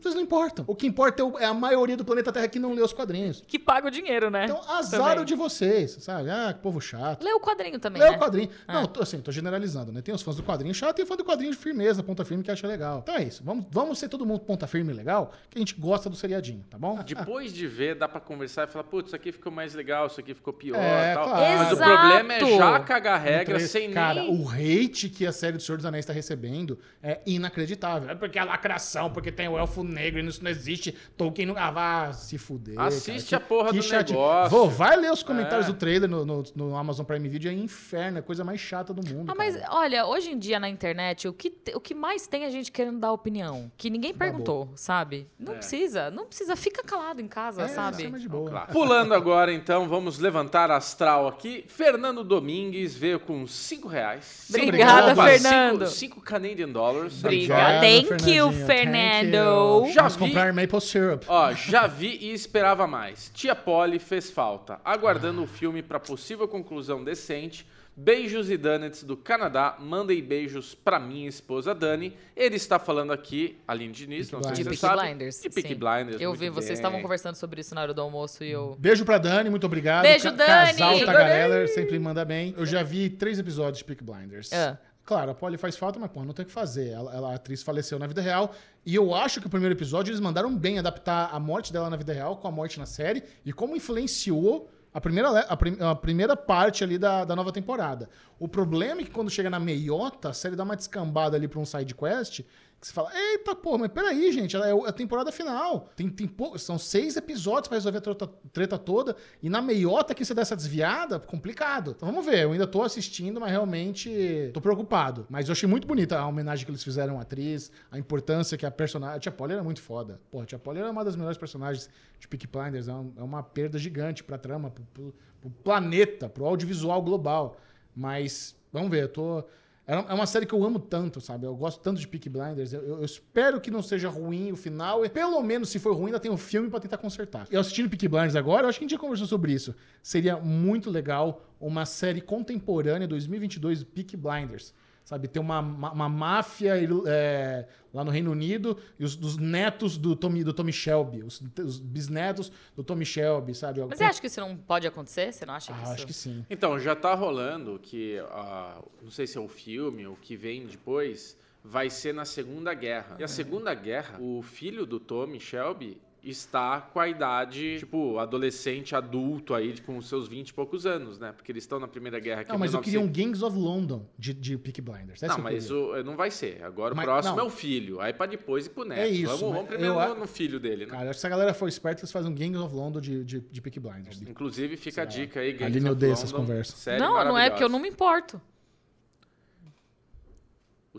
Speaker 1: Vocês não importam. O que importa é o- é a maioria do planeta Terra que não lê os quadrinhos.
Speaker 2: Que paga o dinheiro, né?
Speaker 1: Então, azar
Speaker 2: Também.
Speaker 1: o de vocês, sabe? Ah, que povo chato.
Speaker 2: Lê o quadrinho também,
Speaker 1: Lê
Speaker 2: né?
Speaker 1: o quadrinho. Não, tô, assim, tô generalizando, né? Tem os fãs do quadrinho chato e fã do quadrinho de firmeza, ponta firme, que acha legal. Então é isso. Vamos, vamos ser todo mundo ponta firme e legal, que a gente gosta do seriadinho, tá bom?
Speaker 3: Depois de ver, dá pra conversar e falar, putz, isso aqui ficou mais legal, isso aqui ficou pior
Speaker 1: É,
Speaker 3: tal.
Speaker 1: claro.
Speaker 3: Mas o
Speaker 2: Exato.
Speaker 3: problema é já cagar
Speaker 1: No
Speaker 3: regra
Speaker 1: trailer-
Speaker 3: sem
Speaker 1: Cara, um
Speaker 3: nem...
Speaker 1: o hate que a série do Senhor dos Anéis tá recebendo é inacreditável. É porque é lacração, porque tem o elfo negro e isso não existe. Tolkien não. Ah, vá se fuder.
Speaker 3: Assiste
Speaker 1: cara.
Speaker 3: a porra do negócio.
Speaker 1: Vô, vai ler os comentários
Speaker 3: É.
Speaker 1: do trailer no, no- no Amazon Prime Video. É inferno, é a coisa mais chata do mundo.
Speaker 2: Ah, mas
Speaker 1: cara.
Speaker 2: olha, hoje em dia na internet, o que, te- o que mais tem é a gente querendo dar opinião? Que ninguém perguntou, sabe? Não
Speaker 3: É.
Speaker 2: precisa, não precisa, fica calado em casa,
Speaker 1: É,
Speaker 2: sabe?
Speaker 1: isso é mais de boa.
Speaker 3: Claro. Pulando agora, então, vamos levantar astral aqui. Fernando Domingues veio com 5 reais.
Speaker 2: Obrigada,
Speaker 3: Opa,
Speaker 2: Fernando.
Speaker 3: cinco- cinco Canadian Dollars.
Speaker 2: Obrigada. Thank you,
Speaker 1: Fernandinho.
Speaker 2: Fernando.
Speaker 1: Thank you.
Speaker 3: Já
Speaker 1: Vamos
Speaker 3: vi-
Speaker 1: comprar maple syrup.
Speaker 3: Ó, já vi e esperava mais. Tia Polly fez falta. Aguardando o filme pra possível conclusão decente. Beijos e Dunnets do Canadá. Mandem beijos pra minha esposa Dani. Ele está falando aqui, Aline Diniz, não sei
Speaker 1: Peaky
Speaker 2: De
Speaker 3: se você
Speaker 2: Peaky
Speaker 3: sabe.
Speaker 2: Blinders.
Speaker 3: De Peaky
Speaker 2: sim.
Speaker 3: Blinders.
Speaker 2: Eu
Speaker 3: muito
Speaker 2: vi, vocês
Speaker 3: bem. Uhum.
Speaker 2: estavam conversando sobre isso na hora do almoço e eu.
Speaker 1: Beijo pra Dani, muito obrigado.
Speaker 2: Beijo, Dani.
Speaker 1: Casal
Speaker 2: Beijo,
Speaker 1: Tagareller sempre manda bem. Eu já vi três episódios de Peak Blinders.
Speaker 2: Ah.
Speaker 1: Claro, a Polly faz falta, mas pô, não tem o que fazer. Ela, ela- a atriz faleceu na vida real. E eu acho que o primeiro episódio eles mandaram bem adaptar a morte dela na vida real com a morte na série e como influenciou a primeira, le- a prim- a primeira parte ali da, da nova temporada. O problema é que quando chega na meiota, a série dá uma descambada ali pra um side quest que você fala, eita, pô, mas peraí, gente, ela é o- a temporada final. Tem, tem pou- são seis episódios pra resolver a trota- treta toda, e na meiota que você dá essa desviada, complicado. Então vamos ver, eu ainda tô assistindo, mas realmente tô preocupado. Mas eu achei muito bonita a homenagem que eles fizeram à atriz, a importância que a personagem... A Tia Polly era muito foda. Pô, a Tia Polly era uma das melhores personagens de Peaky Blinders, é, um- é uma perda gigante pra trama, pro, pro- pro planeta, pro audiovisual global. Mas, vamos ver, eu tô... É uma- é uma série que eu amo tanto, sabe? Eu gosto tanto de Peak Blinders. Eu, eu- eu espero que não seja ruim o final. E Pelo menos, se for ruim, ainda tem um filme pra tentar consertar. Eu assistindo Peak Blinders agora, eu acho que a gente já conversou sobre isso. Seria muito legal uma série contemporânea 2022 Peak Blinders. Sabe, ter uma, uma, uma máfia é, lá no Reino Unido e os, dos netos do Tommy, do Tommy Shelby, os, os bisnetos do Tommy Shelby, sabe?
Speaker 2: Mas você acha que isso não pode acontecer? Você não acha que
Speaker 1: Ah,
Speaker 2: isso.
Speaker 1: acho que sim.
Speaker 3: Então, já tá rolando que, ah, não sei se é o filme ou o que vem depois, vai ser na Segunda Guerra. E a Segunda Guerra, o filho do Tommy Shelby está com a idade, tipo, adolescente, adulto aí, com os seus 20 e poucos anos, né? Porque eles estão na Primeira Guerra. Que
Speaker 1: Não, mas eu queria um
Speaker 3: 1900.
Speaker 1: Gangs of London de, de Peak Blinders. É isso
Speaker 3: Não,
Speaker 1: que eu
Speaker 3: mas
Speaker 1: queria.
Speaker 3: o, eh, não vai ser. Agora
Speaker 1: Mas-
Speaker 3: o próximo
Speaker 1: não.
Speaker 3: é o filho. Aí pra depois e pro neto.
Speaker 1: É isso,
Speaker 3: Vamos,
Speaker 1: mas
Speaker 3: vamos primeiro
Speaker 1: eu
Speaker 3: no, no filho dele, né?
Speaker 1: Cara, acho que se a galera for esperta, eles fazem um Gangs of London de, de, de Peaky Blinders.
Speaker 3: Inclusive, fica a
Speaker 1: Sei lá.
Speaker 3: dica aí.
Speaker 1: Aline odeia essas conversas.
Speaker 2: Não, não é porque eu não me importo.
Speaker 3: O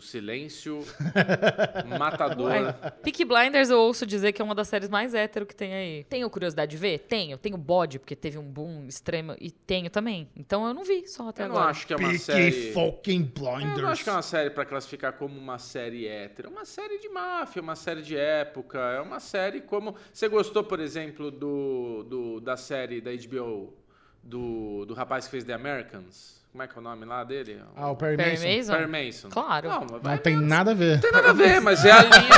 Speaker 3: silêncio matador.
Speaker 2: Peak Blinders eu ouço dizer que é uma das séries mais hétero que tem aí. Tenho curiosidade de ver? Tenho. Tenho bode, porque teve um boom extremo. E tenho também. Então eu não vi só até
Speaker 3: Eu não
Speaker 2: agora.
Speaker 3: acho que é uma série.
Speaker 1: fucking
Speaker 3: Eu não acho
Speaker 1: Blinders.
Speaker 3: que é uma série pra classificar como uma série hétero. É uma série de máfia, uma série de época. É uma série como. Você gostou, por exemplo, do, do- da série da HBO do, do rapaz que fez The Americans? Como é que é o nome lá dele?
Speaker 1: Ah, o Perry
Speaker 2: Perry
Speaker 1: Mason.
Speaker 2: Mason?
Speaker 3: Perry Mason.
Speaker 2: Claro.
Speaker 3: Não, mas vai-
Speaker 1: Não tem nada a ver.
Speaker 3: não tem nada a ver, mas é a linha.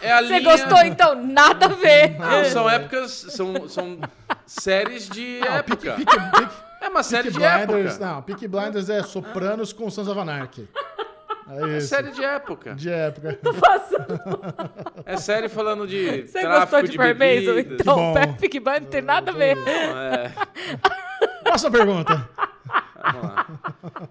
Speaker 3: É a
Speaker 2: Você
Speaker 3: linha.
Speaker 2: gostou então? Nada a ver.
Speaker 3: Não, são épocas. São, são séries de
Speaker 1: Não, Ah, Peaky,
Speaker 3: época.
Speaker 1: Peaky, Peaky,
Speaker 3: É uma série
Speaker 1: Peaky
Speaker 3: de
Speaker 1: Blinders. tá
Speaker 3: época.
Speaker 1: Não, Peaky Blinders é Sopranos com Sons of Anarchy. É
Speaker 3: É
Speaker 1: isso.
Speaker 3: série de época.
Speaker 1: De época.
Speaker 3: É série falando de
Speaker 2: Você
Speaker 3: tráfico
Speaker 2: gostou de,
Speaker 3: de
Speaker 2: Perry Mason?
Speaker 3: bebidas.
Speaker 1: bom.
Speaker 2: Então, Pe- Peaky Blinders não tem nada a ver.
Speaker 3: É,
Speaker 1: Próxima pergunta.
Speaker 3: vamos lá.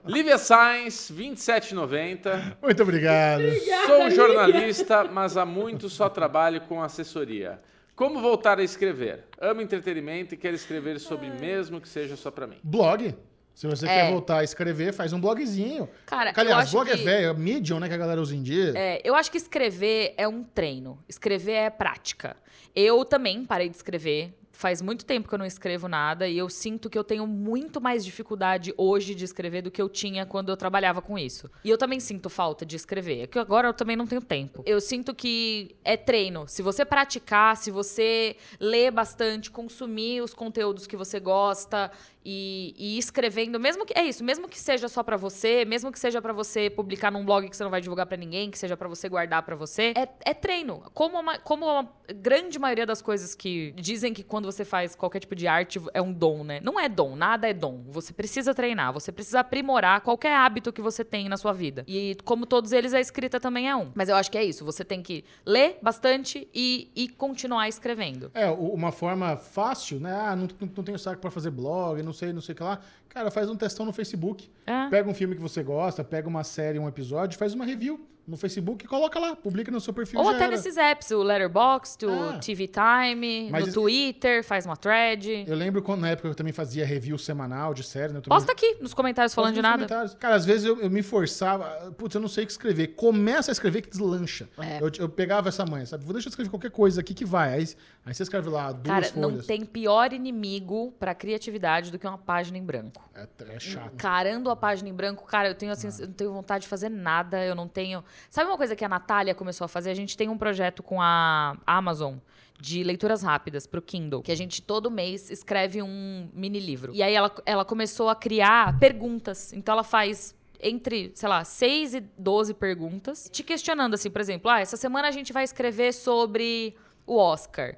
Speaker 3: Lívia Sainz, 27,90.
Speaker 1: Muito obrigado.
Speaker 3: Sou jornalista, mas há muito só trabalho com assessoria. Como voltar a escrever? Amo entretenimento e quero escrever sobre mesmo que seja só pra mim.
Speaker 1: Blog. Se você
Speaker 2: É.
Speaker 1: quer voltar a escrever, faz um blogzinho.
Speaker 2: Cara, eu
Speaker 1: Aliás,
Speaker 2: acho
Speaker 1: blog é
Speaker 2: que-
Speaker 1: velho, é Medium, né, que a galera usa em dia.
Speaker 2: É, eu acho que escrever é um treino. Escrever é prática. Eu também parei de escrever. faz muito tempo que eu não escrevo nada e eu sinto que eu tenho muito mais dificuldade hoje de escrever do que eu tinha quando eu trabalhava com isso. E eu também sinto falta de escrever, é que agora eu também não tenho tempo. Eu sinto que é treino. Se você praticar, se você ler bastante, consumir os conteúdos que você gosta e, e ir escrevendo, mesmo que é isso, mesmo que seja só pra você, mesmo que seja pra você publicar num blog que você não vai divulgar pra ninguém, que seja pra você guardar pra você, é, é treino. Como uma, como a grande maioria das coisas que dizem que quando você faz qualquer tipo de arte é um dom, né? Não é dom, nada é dom. Você precisa treinar, você precisa aprimorar qualquer hábito que você tem na sua vida. E como todos eles, a escrita também é um. Mas eu acho que é isso, você tem que ler bastante e, e continuar escrevendo.
Speaker 1: É, o- uma forma fácil, né? Ah, não, não- não tenho saco pra fazer blog, não sei, não sei o que lá. Cara, faz um testão no Facebook.
Speaker 2: É.
Speaker 1: Pega um filme que você gosta, pega uma série, um episódio, faz uma review no Facebook e coloca lá, publica no seu perfil
Speaker 2: Ou
Speaker 1: já
Speaker 2: até
Speaker 1: era.
Speaker 2: nesses apps, o Letterboxd, o
Speaker 1: Ah.
Speaker 2: TV Time,
Speaker 1: Mas
Speaker 2: no
Speaker 1: isso-
Speaker 2: Twitter, faz uma thread.
Speaker 1: Eu lembro quando na época eu também fazia review semanal de série, né? Eu também-
Speaker 2: Posta aqui nos comentários tá falando
Speaker 1: Posta
Speaker 2: de
Speaker 1: nos
Speaker 2: nada.
Speaker 1: comentários. Cara, às vezes eu, eu me forçava, putz, eu não sei o que escrever. Começa a escrever que deslancha.
Speaker 2: É.
Speaker 1: Eu, eu pegava essa manha, sabe? Vou deixar eu escrever qualquer coisa aqui que vai. Aí, aí você escreve lá duas
Speaker 2: Cara, não
Speaker 1: folhas.
Speaker 2: tem pior inimigo pra criatividade do que uma página em branco.
Speaker 1: É, é chato.
Speaker 2: Encarando a página em branco, cara, eu tenho assim, eu não tenho vontade de fazer nada, eu não tenho. Sabe uma coisa que a Natália começou a fazer? A gente tem um projeto com a Amazon de leituras rápidas pro Kindle, que a gente todo mês escreve um mini livro. E aí ela, ela começou a criar perguntas. Então ela faz entre, sei lá, 6 e 12 perguntas, te questionando assim, por exemplo, ah, essa semana a gente vai escrever sobre o Oscar.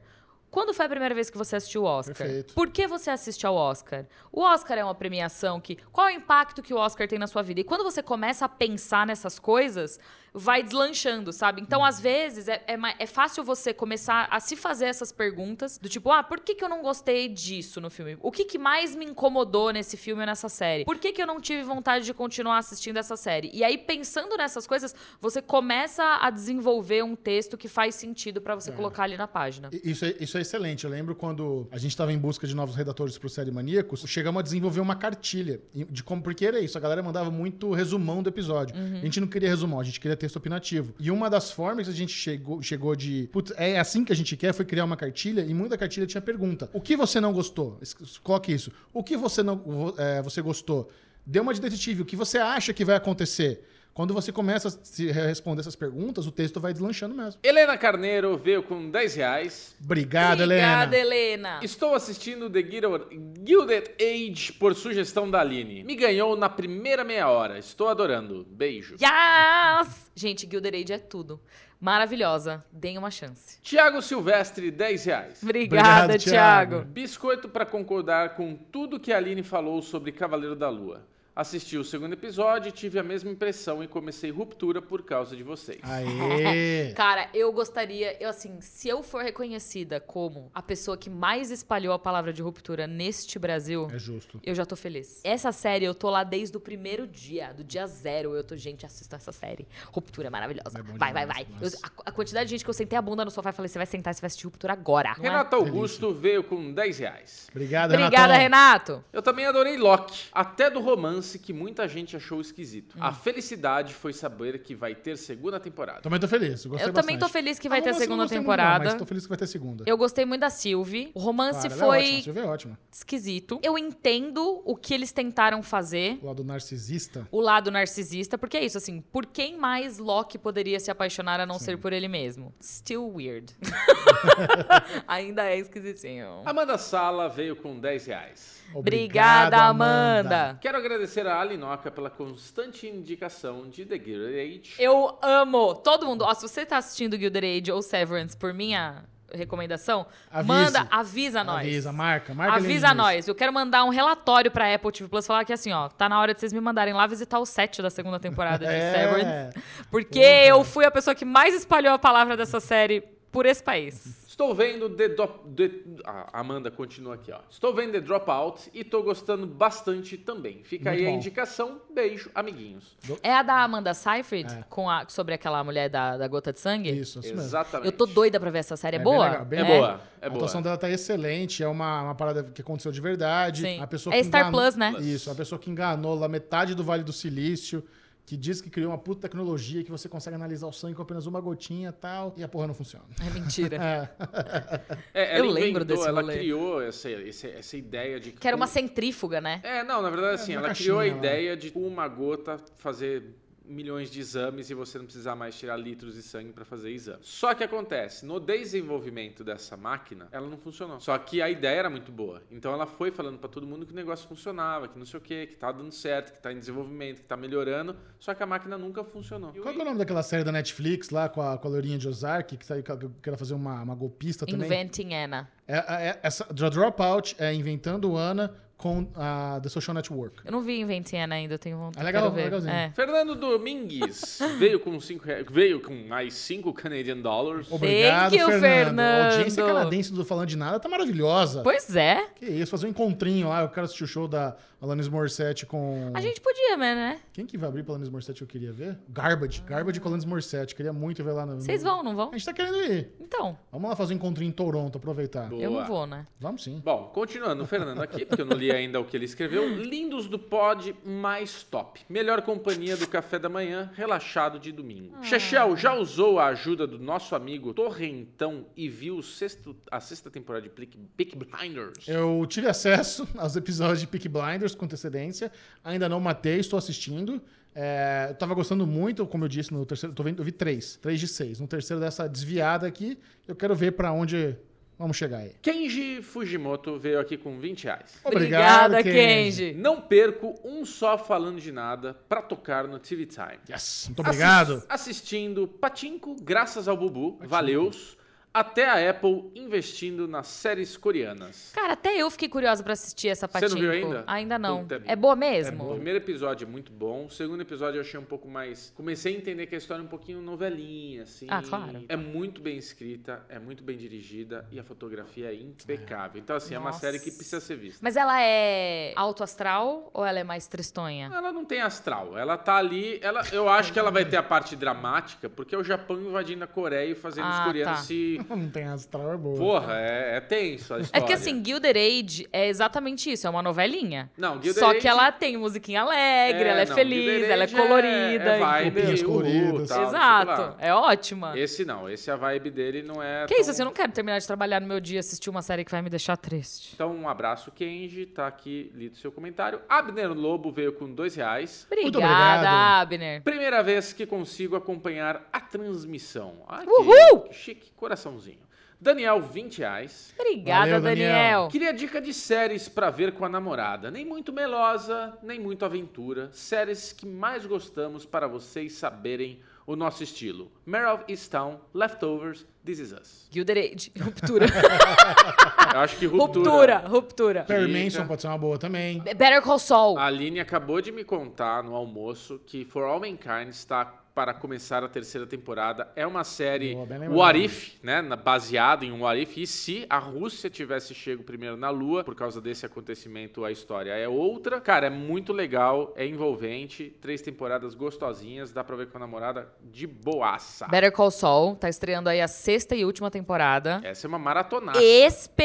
Speaker 2: Quando foi a primeira vez que você assistiu o Oscar?
Speaker 1: Perfeito.
Speaker 2: Por que você assiste ao Oscar? O Oscar é uma premiação que. Qual é o impacto que o Oscar tem na sua vida? E quando você começa a pensar nessas coisas, vai deslanchando, sabe? Então, às vezes, é, é, ma- é fácil você começar a se fazer essas perguntas do tipo, ah, por que, que eu não gostei disso no filme? O que, que mais me incomodou nesse filme ou nessa série? Por que, que eu não tive vontade de continuar assistindo essa série? E aí, pensando nessas coisas, você começa a desenvolver um texto que faz sentido pra
Speaker 1: É.
Speaker 2: você colocar ali na página.
Speaker 1: I- Isso é, isso é excelente. Eu lembro quando a gente estava em busca de novos redatores para o Série Maníacos, chegamos a desenvolver uma cartilha e- de como, porque era isso. A galera mandava muito resumão do episódio. A gente não queria resumão, a gente queria texto opinativo. E uma das formas que a gente chegou, chegou de, putz, é assim que a gente quer, foi criar uma cartilha e muita cartilha tinha pergunta. O que você não gostou? Es- Coloque isso. O que você não vo- é, você gostou? Dê uma de detetive. O que você acha que vai acontecer? Quando você começa a se responder essas perguntas, o texto vai deslanchando mesmo.
Speaker 3: Helena Carneiro veio com 10 reais.
Speaker 1: Obrigado, Helena.
Speaker 2: Obrigada, Helena.
Speaker 3: Estou assistindo The Gilded- Gilded Age por sugestão da Aline. Me ganhou na primeira meia hora. Estou adorando. Beijo.
Speaker 2: Yes! Gente, Gilded Age é tudo. Maravilhosa. Deem uma chance.
Speaker 3: Tiago Silvestre, 10 reais.
Speaker 2: Obrigada,
Speaker 1: Obrigado, Thiago.
Speaker 2: Thiago.
Speaker 3: Biscoito para concordar com tudo que a Aline falou sobre Cavaleiro da Lua. Assisti o segundo episódio, e tive a mesma impressão e comecei ruptura por causa de vocês.
Speaker 1: Aê!
Speaker 2: Cara, eu gostaria, eu assim, se eu for reconhecida como a pessoa que mais espalhou a palavra de ruptura neste Brasil,
Speaker 1: É justo.
Speaker 2: eu já tô feliz. Essa série eu tô lá desde o primeiro dia, do dia zero. Eu tô, gente, assisto essa série. Ruptura é maravilhosa.
Speaker 1: É bom
Speaker 2: vai, vai,
Speaker 1: demais,
Speaker 2: vai.
Speaker 1: demais.
Speaker 2: Eu- a, a quantidade de gente que eu sentei a bunda no sofá e falei: você vai sentar, você vai assistir ruptura agora. Não é?
Speaker 3: Renato Augusto veio com 10 reais.
Speaker 1: Obrigado,
Speaker 2: Obrigada,
Speaker 1: Renatão.
Speaker 2: Renato.
Speaker 3: Eu também adorei Loki, até do romance que muita gente achou esquisito.
Speaker 2: Hum.
Speaker 3: A felicidade foi saber que vai ter segunda temporada.
Speaker 2: Tá
Speaker 1: Também tô feliz. Eu, gostei
Speaker 2: Eu também tô
Speaker 1: bastante.
Speaker 2: feliz que vai
Speaker 1: Ah,
Speaker 2: ter a
Speaker 1: romance eu não
Speaker 2: segunda
Speaker 1: gostei muito não,
Speaker 2: temporada.
Speaker 1: mas tô feliz que vai ter segunda.
Speaker 2: Eu gostei muito da Sylvie. O romance
Speaker 1: Claro, ela É ótima, a
Speaker 2: foi
Speaker 1: Silvia é ótima.
Speaker 2: esquisito. Eu entendo o que eles tentaram fazer.
Speaker 1: O lado narcisista.
Speaker 2: O lado narcisista, porque é isso, assim, por quem mais Loki poderia se apaixonar a não ser por ele mesmo? Still weird. Ainda é esquisitinho.
Speaker 1: Ah,
Speaker 3: Amanda Sala veio com 10 reais.
Speaker 1: Obrigado,
Speaker 2: Obrigada, Amanda.
Speaker 3: Quero agradecer a Alinoca pela constante indicação de The Gilded Age.
Speaker 2: Eu amo. Todo mundo, ó, se você tá assistindo Gilded Age ou Severance por minha recomendação,
Speaker 1: Avise.
Speaker 2: manda, avisa nós.
Speaker 1: Avisa, marca, marca.
Speaker 2: Avisa
Speaker 1: Lenin.
Speaker 2: nós. Eu quero mandar um relatório pra Apple TV Plus falar que assim, ó, tá na hora de vocês me mandarem lá visitar o set da segunda temporada de
Speaker 1: É.
Speaker 2: Severance. Porque
Speaker 1: Porra.
Speaker 2: eu fui a pessoa que mais espalhou a palavra dessa série por esse país.
Speaker 3: Estou vendo The Drop... The... Ah, Amanda continua aqui, ó. Estou vendo The Dropout e tô gostando bastante também. Fica
Speaker 1: Muito
Speaker 3: aí a
Speaker 1: bom.
Speaker 3: indicação. Beijo, amiguinhos.
Speaker 2: É a da Amanda Seyfried
Speaker 1: É.
Speaker 2: com a, sobre aquela mulher da, da gota de sangue?
Speaker 1: Isso, isso mesmo.
Speaker 3: Exatamente.
Speaker 2: Eu tô doida pra ver essa série. É,
Speaker 1: É bem
Speaker 2: boa?
Speaker 1: legal, bem
Speaker 3: É,
Speaker 1: né?
Speaker 3: boa, é
Speaker 1: a atuação
Speaker 3: boa.
Speaker 1: dela tá excelente, é uma, uma parada que aconteceu de verdade.
Speaker 2: Sim.
Speaker 1: A pessoa
Speaker 2: É
Speaker 1: que
Speaker 2: Star
Speaker 1: enganou-
Speaker 2: Plus, né?
Speaker 1: Isso, a pessoa que enganou lá metade do Vale do Silício, que diz que criou uma puta tecnologia que você consegue analisar o sangue com apenas uma gotinha e tal, e a porra não funciona.
Speaker 2: É mentira. Eu
Speaker 3: É, ela
Speaker 2: lembro
Speaker 3: inventou,
Speaker 2: desse
Speaker 3: Ela
Speaker 2: rolê.
Speaker 3: criou essa, esse- essa ideia de...
Speaker 2: Que era uma centrífuga, né?
Speaker 3: É, não, na verdade, assim,
Speaker 1: uma
Speaker 3: ela criou a
Speaker 1: caixinha lá.
Speaker 3: ideia de com uma gota fazer milhões de exames e você não precisar mais tirar litros de sangue para fazer exame. Só que acontece, no desenvolvimento dessa máquina, ela não funcionou. Só que a ideia era muito boa. Então ela foi falando para todo mundo que o negócio funcionava, que não sei o quê, que tá dando certo, que tá em desenvolvimento, que tá melhorando, só que a máquina nunca funcionou.
Speaker 1: Qual que é o nome daquela série da Netflix lá com a, com a loirinha de Ozark, que, saiu, que ela- que ela fazer uma, uma golpista também?
Speaker 2: Inventing Anna.
Speaker 1: É, é, é, essa, The Dropout é Inventando Ana com a The Social Network.
Speaker 2: Eu não vi Inventing Anna ainda, eu tenho vontade.
Speaker 1: É legal,
Speaker 2: quero ver.
Speaker 1: legalzinho.
Speaker 2: É.
Speaker 3: Fernando Domingues veio com cinco, rea- veio com mais 5 Canadian dollars.
Speaker 1: Obrigado,
Speaker 2: Thank you,
Speaker 1: Fernando. A audiência
Speaker 2: Fernando.
Speaker 1: canadense do Falando de Nada tá maravilhosa.
Speaker 2: Pois é.
Speaker 1: Que isso, fazer um encontrinho lá. Eu quero assistir o show da Alanis Morissette com...
Speaker 2: A gente podia, né?
Speaker 1: Quem que vai abrir pra Alanis Morissette eu queria ver? Garbage. Garbage com Alanis Morissette. Queria muito ver lá no...
Speaker 2: Vocês vão, não vão?
Speaker 1: A gente tá querendo ir.
Speaker 2: Então,
Speaker 1: Vamos lá fazer um encontrinho em Toronto, aproveitar.
Speaker 3: Boa.
Speaker 2: eu não vou, né?
Speaker 1: Vamos sim.
Speaker 3: Bom, continuando, o Fernando aqui, porque eu não li ainda o que ele escreveu. Lindos do pod mais top. Melhor companhia do café da manhã, relaxado de domingo. Chechel já usou a ajuda do nosso amigo Torrentão e viu o sexto, a sexta temporada de Peak, Peak Blinders.
Speaker 1: Eu tive acesso aos episódios de Peak Blinders com antecedência. Ainda não matei, estou assistindo. É, eu tava gostando muito, como eu disse, no terceiro. Tô vendo, eu vi três. Três de seis. No terceiro dessa desviada aqui, eu quero ver pra onde vamos chegar aí.
Speaker 3: Kenji Fujimoto veio aqui com 20 reais.
Speaker 2: Obrigada, Kenji.
Speaker 3: Não perco um só falando de nada pra tocar no TV Time.
Speaker 1: Yes, muito obrigado.
Speaker 3: Assis- assistindo Patinco, graças ao Bubu, valeus. Até a Apple investindo nas séries coreanas.
Speaker 2: Cara, até eu fiquei curiosa pra assistir essa
Speaker 3: Você
Speaker 2: patinco.
Speaker 3: não viu ainda?
Speaker 2: Ainda não.
Speaker 3: Puta merda.
Speaker 2: é boa
Speaker 3: É
Speaker 2: mesmo?
Speaker 3: bom. O primeiro episódio é muito bom. O segundo episódio eu achei um pouco mais. Comecei a entender que a história é um pouquinho novelinha, assim.
Speaker 2: Ah, claro.
Speaker 3: É muito bem escrita, é muito bem dirigida e a fotografia é impecável. Então, assim, é uma
Speaker 2: Nossa.
Speaker 3: série que precisa ser vista.
Speaker 2: Mas ela é alto astral ou ela é mais tristonha?
Speaker 3: Ela não tem astral. Ela tá ali. Ela, eu acho que ela vai ter a parte dramática, porque é o Japão invadindo a Coreia e fazendo os
Speaker 2: Ah,
Speaker 3: coreanos
Speaker 2: tá.
Speaker 3: se.
Speaker 1: Não tem astral, é boa.
Speaker 3: Porra, é, é tenso a
Speaker 2: É
Speaker 3: história.
Speaker 2: porque assim, Gilded Age é exatamente isso, é uma novelinha.
Speaker 3: Não, Gilded
Speaker 2: Só
Speaker 3: Age-
Speaker 2: que ela tem musiquinha alegre, ela é
Speaker 3: não,
Speaker 2: feliz,
Speaker 3: Gilded
Speaker 2: ela é
Speaker 3: Age
Speaker 2: colorida.
Speaker 3: É, é vibe,
Speaker 1: Roupinhas
Speaker 3: uhul,
Speaker 1: coloridas.
Speaker 3: tal, não sei o que lá.
Speaker 2: Exato, é ótima.
Speaker 3: Esse não, esse a vibe dele não é.
Speaker 2: Que
Speaker 3: tão-
Speaker 2: isso, assim, eu não quero terminar de trabalhar no meu dia e assistir uma série que vai me deixar triste.
Speaker 3: Então, um abraço, Kenji. Tá aqui lido seu comentário. Abner Lobo veio com dois reais.
Speaker 1: Muito
Speaker 2: Obrigada,
Speaker 1: obrigado.
Speaker 2: Abner.
Speaker 3: Primeira vez que consigo acompanhar a transmissão. Ai, que-
Speaker 2: Uhul!
Speaker 3: Que chique, coraçãozinho. Daniel, 20 reais.
Speaker 2: Obrigada,
Speaker 1: Valeu,
Speaker 2: Daniel.
Speaker 1: Daniel.
Speaker 3: Queria dica de séries pra ver com a namorada. Nem muito melosa, nem muito aventura. Séries que mais gostamos para vocês saberem o nosso estilo. Mare of Easttown, Leftovers, This Is Us.
Speaker 2: Gilded Age, ruptura.
Speaker 3: Eu acho que
Speaker 2: ruptura,
Speaker 3: Ruptura.
Speaker 2: ruptura.
Speaker 1: Perry
Speaker 3: Dica.
Speaker 1: Manson pode ser uma boa também.
Speaker 2: Better Call Saul.
Speaker 3: A Aline acabou de me contar no almoço que For All Mankind está para começar a terceira temporada. É uma série
Speaker 1: Boa, bem lembrado.
Speaker 3: What If, né? na- Baseado em um What If. E se a Rússia tivesse chego primeiro na Lua, por causa desse acontecimento, a história é outra. Cara, é muito legal, é envolvente. Três temporadas gostosinhas, dá pra ver com a namorada de boaça.
Speaker 2: Better Call Saul tá estreando aí a sexta e última temporada.
Speaker 3: Essa é uma maratonada.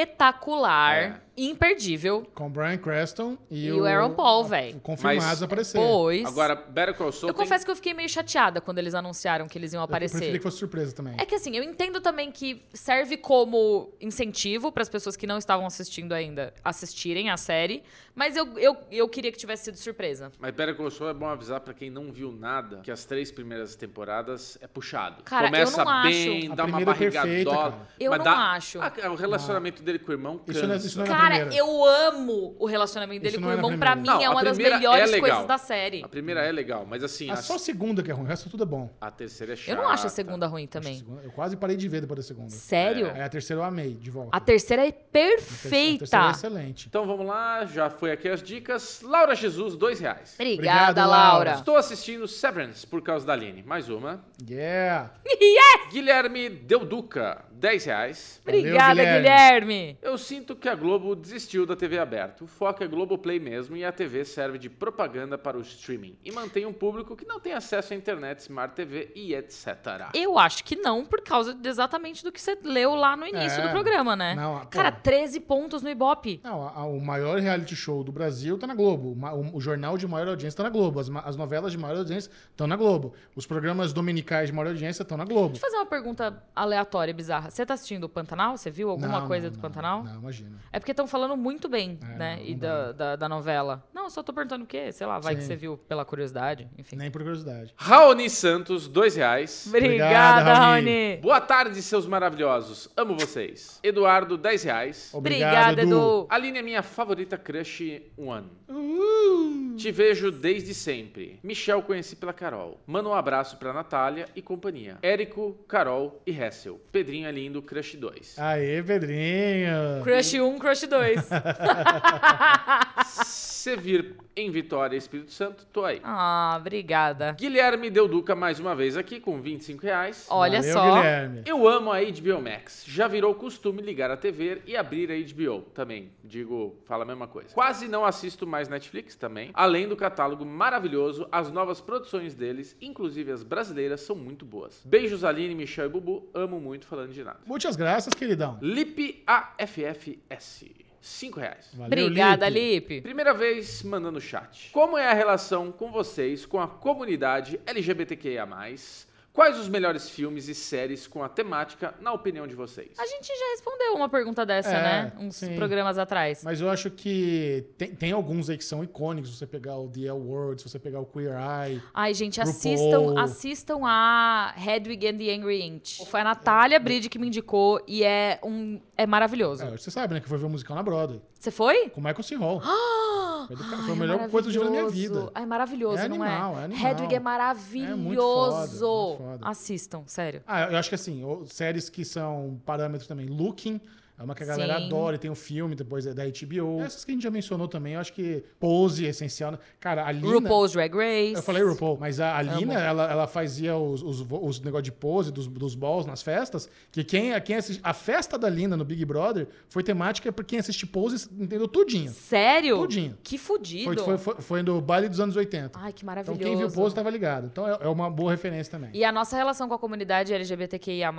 Speaker 2: Espetacular,
Speaker 3: É.
Speaker 2: imperdível.
Speaker 1: Com o Brian Creston e,
Speaker 2: E o Aaron Paul, véi.
Speaker 1: Confirmados
Speaker 3: Mas-
Speaker 1: aparecer.
Speaker 2: Pois.
Speaker 3: Agora, Better Call Saul
Speaker 2: eu
Speaker 3: tem-
Speaker 2: confesso que eu fiquei meio chateada quando eles anunciaram que eles iam
Speaker 1: Eu preferia
Speaker 2: aparecer.
Speaker 1: que fosse surpresa também.
Speaker 2: É que assim, eu entendo também que serve como incentivo para as pessoas que não estavam assistindo ainda assistirem a série, mas eu, eu, eu queria que tivesse sido surpresa.
Speaker 3: Mas Better Call Saul é bom avisar pra quem não viu nada que as três primeiras temporadas é puxado.
Speaker 2: Cara, eu
Speaker 3: Começa
Speaker 2: não
Speaker 3: bem,
Speaker 1: acho.
Speaker 3: dá
Speaker 1: A
Speaker 3: uma
Speaker 1: primeira é
Speaker 3: barrigadola.
Speaker 1: perfeita, cara.
Speaker 2: Eu
Speaker 3: mas
Speaker 2: não
Speaker 3: dá-
Speaker 2: acho.
Speaker 3: Ah, o relacionamento dele com o irmão cansa.
Speaker 1: Isso não é- isso não é na
Speaker 2: Cara,
Speaker 1: primeira.
Speaker 2: eu amo o relacionamento dele
Speaker 1: Isso
Speaker 2: com
Speaker 1: não
Speaker 2: o
Speaker 1: é na
Speaker 2: irmão. Pra mim,
Speaker 1: primeira.
Speaker 3: Não,
Speaker 2: é
Speaker 3: a
Speaker 2: uma das
Speaker 3: primeira é
Speaker 2: melhores
Speaker 3: legal.
Speaker 2: coisas da série.
Speaker 3: A primeira é legal, mas assim, a,
Speaker 1: Ah, só a segunda que é ruim, o resto tudo é bom.
Speaker 3: a terceira é chata.
Speaker 2: Eu não acho a segunda ruim
Speaker 1: A
Speaker 2: também.
Speaker 1: segunda- Eu quase parei de ver depois da segunda.
Speaker 2: Sério?
Speaker 3: É.
Speaker 1: Aí É a terceira eu amei, de volta.
Speaker 2: A terceira é
Speaker 1: Terceira-
Speaker 2: perfeita.
Speaker 1: terceira é excelente.
Speaker 3: Então vamos lá, já foi aqui as dicas. Laura Jesus, dois reais.
Speaker 2: Obrigada,
Speaker 1: Obrigado,
Speaker 2: Laura.
Speaker 3: Estou assistindo Severance por causa da Aline. Mais uma.
Speaker 1: Yeah!
Speaker 3: Guilherme Deuduca, 10 reais.
Speaker 1: Valeu,
Speaker 2: Obrigada,
Speaker 1: Guilherme.
Speaker 2: Guilherme.
Speaker 3: Eu sinto que a Globo Globo desistiu da TV aberta. O foco é Globoplay mesmo e a TV serve de propaganda para o streaming e mantém um público que não tem acesso à internet, Smart TV e etc.
Speaker 2: Eu acho que não, por causa de- exatamente do que você leu lá no início
Speaker 1: É.
Speaker 2: do programa, né?
Speaker 1: Não, pô.
Speaker 2: Cara, 13 pontos no Ibope.
Speaker 1: Não, a- a- o maior reality show do Brasil tá na Globo. O ma- O, o jornal de maior audiência tá na Globo. As, ma- as novelas de maior audiência estão na Globo. Os programas dominicais de maior audiência estão na Globo.
Speaker 2: Deixa eu fazer uma pergunta aleatória e bizarra. Você tá assistindo o Pantanal? Você viu alguma
Speaker 1: Não,
Speaker 2: coisa
Speaker 1: não,
Speaker 2: do
Speaker 1: não,
Speaker 2: Pantanal?
Speaker 1: Não, imagina.
Speaker 2: É porque estão falando muito bem,
Speaker 1: É,
Speaker 2: né?
Speaker 1: não,
Speaker 2: e
Speaker 1: não
Speaker 2: da, da, da novela. Não, eu só tô perguntando o quê? Sei lá, vai que
Speaker 1: Sim.
Speaker 2: você viu pela curiosidade, enfim.
Speaker 1: Nem por curiosidade.
Speaker 3: Raoni Santos, dois reais.
Speaker 1: Obrigado,
Speaker 2: Obrigada,
Speaker 1: Raoni.
Speaker 2: Raoni.
Speaker 3: Boa tarde, seus maravilhosos. Amo vocês. Eduardo, 10 reais.
Speaker 1: Obrigado,
Speaker 2: Obrigada, Edu.
Speaker 3: Aline é minha favorita crush one. Te vejo desde sempre. Michel conheci pela Carol. Manda um abraço pra Natália e companhia. Érico, Carol e Hessel. Pedrinho é lindo, crush 2.
Speaker 1: Aê, Pedrinho.
Speaker 2: Crush 1, Crush 2.
Speaker 3: Se vir em Vitória, Espírito Santo, tô aí.
Speaker 2: ah, obrigada.
Speaker 3: Guilherme deu Duca mais uma vez aqui com 25 reais.
Speaker 2: Olha
Speaker 1: Valeu,
Speaker 2: só.
Speaker 1: Guilherme.
Speaker 3: Eu amo a HBO Max. Já virou costume ligar a TV e abrir a HBO também. Digo, fala a mesma coisa. Quase não assisto mais Netflix também. Além do catálogo maravilhoso, as novas produções deles, inclusive as brasileiras, são muito boas. Beijos Aline, Michel e Bubu. Amo muito falando de nada.
Speaker 1: Muitas graças, queridão.
Speaker 3: Lip AFFS. 5 reais.
Speaker 1: Valeu,
Speaker 2: Obrigada,
Speaker 1: Lipe.
Speaker 2: Lipe.
Speaker 3: Primeira vez mandando chat. Como é a relação com vocês, com a comunidade LGBTQIA+, quais os melhores filmes e séries com a temática, na opinião de vocês?
Speaker 2: A gente já respondeu uma pergunta dessa,
Speaker 1: É,
Speaker 2: né? Uns
Speaker 1: sim.
Speaker 2: programas atrás.
Speaker 1: Mas eu acho que tem, tem alguns aí que são icônicos. Se você pegar o The L Word, se você pegar o Queer Eye.
Speaker 2: Ai, gente,
Speaker 1: RuPaul.
Speaker 2: assistam, assistam a Hedwig and the Angry Inch. Foi a Natália Bride que me indicou e é um é maravilhoso.
Speaker 1: É, você sabe, né? Que foi ver o musical na Broadway.
Speaker 2: Você foi?
Speaker 1: Com o Michael C. Hall. Foi do ca-
Speaker 2: Ai,
Speaker 1: foi
Speaker 2: é
Speaker 1: a melhor coisa que eu já vi na minha
Speaker 2: maravilhoso.
Speaker 1: vida.
Speaker 2: Ai, maravilhoso,
Speaker 1: É
Speaker 2: não
Speaker 1: animal,
Speaker 2: é?
Speaker 1: é animal.
Speaker 2: Hedwig é
Speaker 1: É muito foda,
Speaker 2: maravilhoso.
Speaker 1: muito foda.
Speaker 2: Assistam, sério.
Speaker 1: Ah, eu acho que assim, o- séries que são parâmetros também. Looking é uma que a galera
Speaker 2: Sim.
Speaker 1: adora e tem o filme, depois é da HBO. Essas que a gente já mencionou também, eu acho que Pose é essencial. Cara, a Lina...
Speaker 2: RuPaul's Drag Race.
Speaker 1: Eu falei RuPaul, mas a, a Lina,
Speaker 2: Amo.
Speaker 1: ela, ela fazia os, os, vo- os negócios de pose dos, dos balls nas festas, que quem, quem assiste, a festa da Lina no Big Brother foi temática pra quem assiste pose, entendeu? Tudinho.
Speaker 2: Sério?
Speaker 1: Tudinho.
Speaker 2: Que fudido.
Speaker 1: Foi, foi, foi, foi no baile dos anos 80.
Speaker 2: Ai, que
Speaker 1: então
Speaker 2: maravilhoso.
Speaker 1: quem viu pose tava ligado. Então é, é uma boa referência também.
Speaker 2: E a nossa relação com a comunidade LGBTQIA+,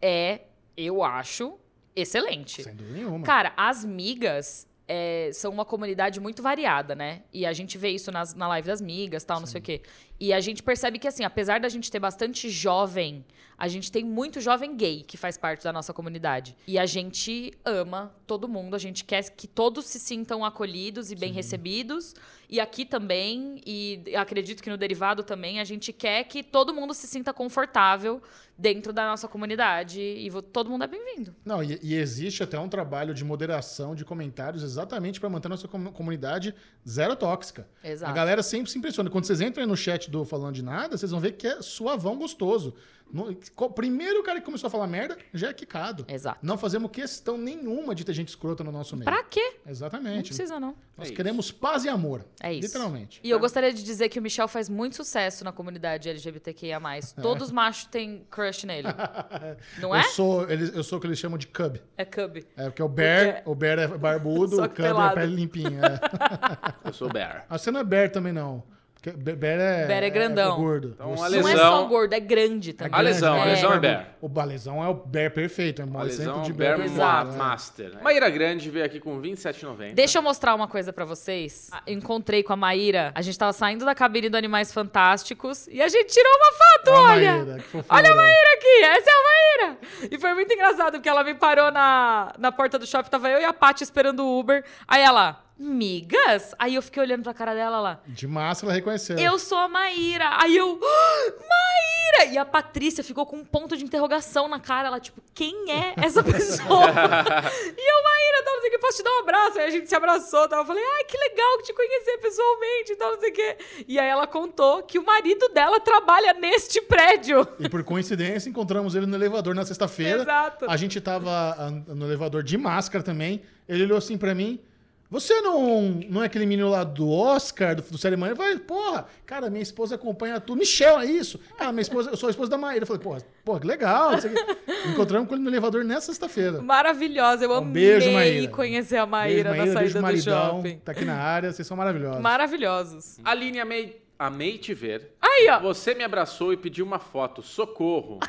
Speaker 2: é, eu acho, excelente.
Speaker 1: Sem dúvida nenhuma.
Speaker 2: Cara, as migas é, são uma comunidade muito variada, né? E a gente vê isso nas- na live das migas, tal, não sei o quê. E a gente percebe que, assim, apesar da gente ter bastante jovem, a gente tem muito jovem gay que faz parte da nossa comunidade. E a gente ama todo mundo, a gente quer que todos se sintam acolhidos e bem recebidos. E aqui também, e acredito que no derivado também, a gente quer que todo mundo se sinta confortável dentro da nossa comunidade. E vo- todo mundo é bem-vindo.
Speaker 1: Não, e, e existe até um trabalho de moderação de comentários exatamente para manter a nossa com- comunidade zero tóxica.
Speaker 2: Exato.
Speaker 1: A galera sempre se impressiona. Quando vocês entram aí no chat do Falando de Nada, vocês vão ver que é suavão gostoso. No- co- primeiro o cara que começou a falar merda já é quicado.
Speaker 2: Exato.
Speaker 1: Não fazemos questão nenhuma de ter gente escrota no nosso meio.
Speaker 2: Pra quê? Não
Speaker 1: Exatamente.
Speaker 2: precisa, não.
Speaker 1: Nós
Speaker 3: É isso.
Speaker 1: queremos paz e amor.
Speaker 2: É isso.
Speaker 1: Literalmente.
Speaker 2: E eu gostaria de dizer que o Michel faz muito sucesso na comunidade LGBTQIA.
Speaker 3: É.
Speaker 2: Todos os machos têm crush nele. Não é?
Speaker 1: Eu sou, eles- eu sou o que eles chamam de cub.
Speaker 2: É cub.
Speaker 1: É, porque o Bear, o Bear é barbudo,
Speaker 2: Só
Speaker 1: o
Speaker 2: que
Speaker 1: Cub é a
Speaker 2: pelado.
Speaker 1: pele limpinha. é.
Speaker 3: Eu sou Bear.
Speaker 1: Ah, você não é Bear também, não. Porque Be- Bear é.
Speaker 2: Bear é grandão.
Speaker 1: gordo.
Speaker 3: Então,
Speaker 1: Você-
Speaker 3: a
Speaker 2: Não é
Speaker 3: lesão-
Speaker 2: só gordo, é grande também.
Speaker 3: A lesão, a
Speaker 2: É.
Speaker 3: lesão é Bear.
Speaker 1: O Balezão é o Bear perfeito. É
Speaker 3: A
Speaker 1: mole
Speaker 3: lesão um
Speaker 1: sempre de
Speaker 3: Bear
Speaker 1: Bear.
Speaker 2: Exato.
Speaker 3: Ma-
Speaker 1: perfeito, né?
Speaker 3: Master. Né? Maíra Grande veio aqui com 27,90.
Speaker 2: Deixa eu mostrar uma coisa pra vocês. Ah, Encontrei com a Maíra. A gente tava saindo da cabine do Animais Fantásticos e a gente tirou uma foto,
Speaker 1: A
Speaker 2: olha!
Speaker 1: Maíra, que né? fofura.
Speaker 2: olha a Maíra aqui! Essa é a Maíra! E foi muito engraçado, porque ela me parou na, na porta do shopping, tava eu e a Paty esperando o Uber. Aí ela, migas? Aí eu fiquei olhando pra cara dela lá.
Speaker 1: De massa ela reconheceu.
Speaker 2: Eu sou a Maíra. Aí eu, "Ah, Maíra! E a Patrícia ficou com um ponto de interrogação na cara. Ela, tipo, quem é essa pessoa? e eu, Maíra, tal, não sei o que, posso te dar um abraço? Aí a gente se abraçou, tal. Eu falei, ai, que legal te conhecer pessoalmente, tal, não sei o que. E aí ela contou que o marido dela trabalha neste prédio.
Speaker 1: E por coincidência, encontramos ele no elevador na sexta-feira.
Speaker 2: Exato.
Speaker 1: A gente tava ah, no elevador de máscara também. Ele olhou assim pra mim. Você não, não é aquele menino lá do Oscar, do, do Cerimônia? Vai, porra, cara, minha esposa acompanha tudo. Michel, é isso? Cara, minha esposa, eu sou a esposa da Maíra. Eu falei, porra, porra, que legal. não sei o quê. Encontramos com ele no elevador nessa sexta-feira.
Speaker 2: Maravilhosa, eu amei
Speaker 1: Um beijo, Maíra.
Speaker 2: conhecer a Maíra
Speaker 1: Beijo,
Speaker 2: na
Speaker 1: beijo,
Speaker 2: saída do
Speaker 1: maridão,
Speaker 2: shopping.
Speaker 1: Tá aqui na área, vocês são maravilhosos.
Speaker 2: Maravilhosos.
Speaker 3: Aline, amei, amei te ver.
Speaker 2: Aí, ó.
Speaker 3: Você me abraçou e pediu uma foto. Socorro.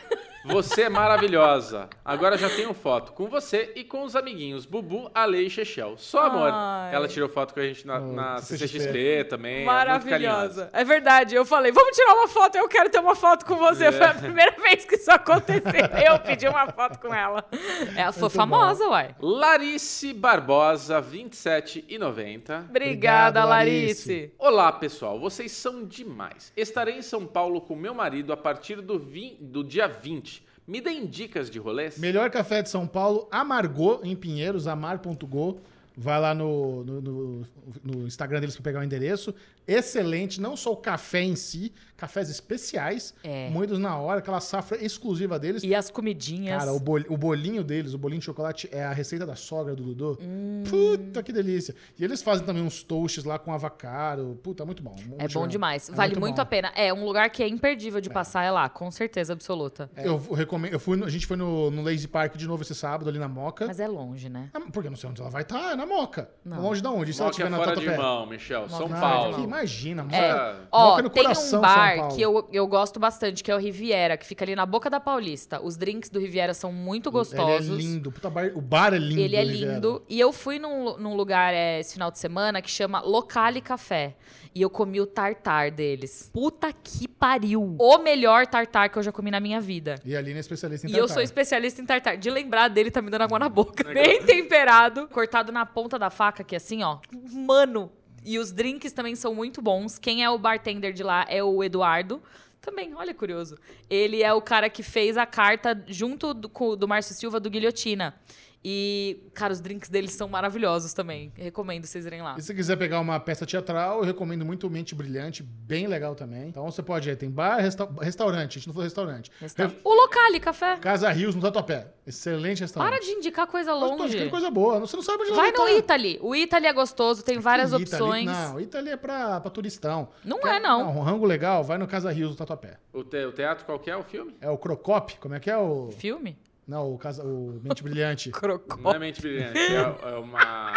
Speaker 3: Você é maravilhosa. Agora já tenho foto com você e com os amiguinhos Bubu, Ale e Chechel. Só amor.
Speaker 2: Ai.
Speaker 3: Ela tirou foto com a gente na, na
Speaker 1: Oh,
Speaker 3: CCXP,
Speaker 1: CCXP
Speaker 3: também. ela é muito carinhosa.
Speaker 2: Maravilhosa. É verdade. Eu falei, vamos tirar uma foto, eu quero ter uma foto com você.
Speaker 3: É.
Speaker 2: Foi a primeira vez que isso aconteceu. Eu pedi uma foto com ela. É, Ela foi
Speaker 1: Muito
Speaker 2: famosa, uai.
Speaker 3: Larice Barbosa, 27,90.
Speaker 2: Obrigada,
Speaker 1: Obrigado,
Speaker 2: Larice.
Speaker 1: Larice.
Speaker 3: Olá, pessoal. Vocês são demais. Estarei em São Paulo com meu marido a partir do, vin- do dia 20. Me deem dicas de rolês?
Speaker 1: Melhor café de São Paulo, Amargô, em Pinheiros, amar.go. Vai lá no, no, no- no Instagram deles pra pegar o endereço. Excelente, não só o café em si, cafés especiais,
Speaker 2: É.
Speaker 1: moídos na hora, aquela safra exclusiva deles.
Speaker 2: E as comidinhas.
Speaker 1: Cara, o, bol- o bolinho deles, o bolinho de chocolate, é a receita da sogra do Dudu.
Speaker 2: Hum.
Speaker 1: Puta que delícia. E eles fazem também uns toasts lá com avacaro. Puta, muito bom.
Speaker 2: É bom demais.
Speaker 1: É
Speaker 2: vale muito,
Speaker 1: muito
Speaker 2: a
Speaker 1: bom.
Speaker 2: pena. É um lugar que é imperdível de passar, é lá, com certeza absoluta.
Speaker 1: É. Eu recomendo. Eu fui no- a gente foi no, no Lazy Park de novo esse sábado, ali na Moca.
Speaker 2: Mas é longe, né?
Speaker 1: Ah, Porque eu não sei onde ela vai estar, é na Moca.
Speaker 2: Não.
Speaker 1: Longe de onde? E Se
Speaker 3: Moca
Speaker 1: ela estiver
Speaker 3: é
Speaker 1: na
Speaker 3: fora de
Speaker 1: Tatuapé?
Speaker 3: mão, Michel.
Speaker 2: Moca
Speaker 3: São
Speaker 2: é fora
Speaker 3: Paulo.
Speaker 1: que imagina, moca,
Speaker 2: É.
Speaker 1: moca
Speaker 2: Ó,
Speaker 1: no
Speaker 2: tem
Speaker 1: coração
Speaker 2: um
Speaker 1: de São
Speaker 2: bar
Speaker 1: Paulo.
Speaker 2: que eu, eu gosto bastante, que é o Riviera, que fica ali na boca da Paulista. Os drinks do Riviera são muito gostosos.
Speaker 1: Ele é lindo. Puta, bar- o bar é lindo.
Speaker 2: Ele é
Speaker 1: Rivera.
Speaker 2: lindo. E eu fui num, lu- num lugar é, esse final de semana que chama Locale Café. E eu comi o tartar deles. Puta que pariu! O melhor tartar que eu já comi na minha vida.
Speaker 1: E a Aline é especialista em
Speaker 2: E eu
Speaker 1: tartar.
Speaker 2: sou especialista em tartar. De lembrar dele, tá me dando água
Speaker 1: Hum,
Speaker 2: na boca. Bem temperado, cortado na ponta da faca, que assim, ó. Mano! E os drinks também são muito bons. Quem é o bartender de lá é o Eduardo. Também, olha, curioso. Ele é o cara que fez a carta junto do, com- do Márcio Silva do Guilhotina. E, cara, os drinks deles são maravilhosos também. Recomendo vocês irem lá.
Speaker 1: E se quiser pegar uma peça teatral, eu recomendo muito Mente Brilhante, bem legal também. Então você pode ir, tem bar, resta- restaurante, a gente não falou restaurante.
Speaker 2: Resta-
Speaker 1: Re-
Speaker 2: O Locale Café.
Speaker 1: Casa Rios, no Tatuapé. Excelente restaurante.
Speaker 2: Para de indicar coisa
Speaker 1: Mas, pô,
Speaker 2: longe.
Speaker 1: que coisa boa, você não sabe onde
Speaker 2: Vai
Speaker 1: ela
Speaker 2: no
Speaker 1: tá.
Speaker 2: Italy. O Italy é gostoso, tem várias
Speaker 1: Italy-
Speaker 2: opções.
Speaker 1: Não, Italy é pra, pra turistão.
Speaker 2: Não
Speaker 1: Quer-
Speaker 2: é, não.
Speaker 1: Um rango legal, vai no Casa Rios, no Tatuapé.
Speaker 3: O, te- o teatro qual que é o filme?
Speaker 1: É o Crocop, como é que é o...
Speaker 2: Filme?
Speaker 1: Não, o, casa, o Mente Brilhante.
Speaker 3: Não
Speaker 2: Crocó.
Speaker 3: é Mente Brilhante. É, é uma,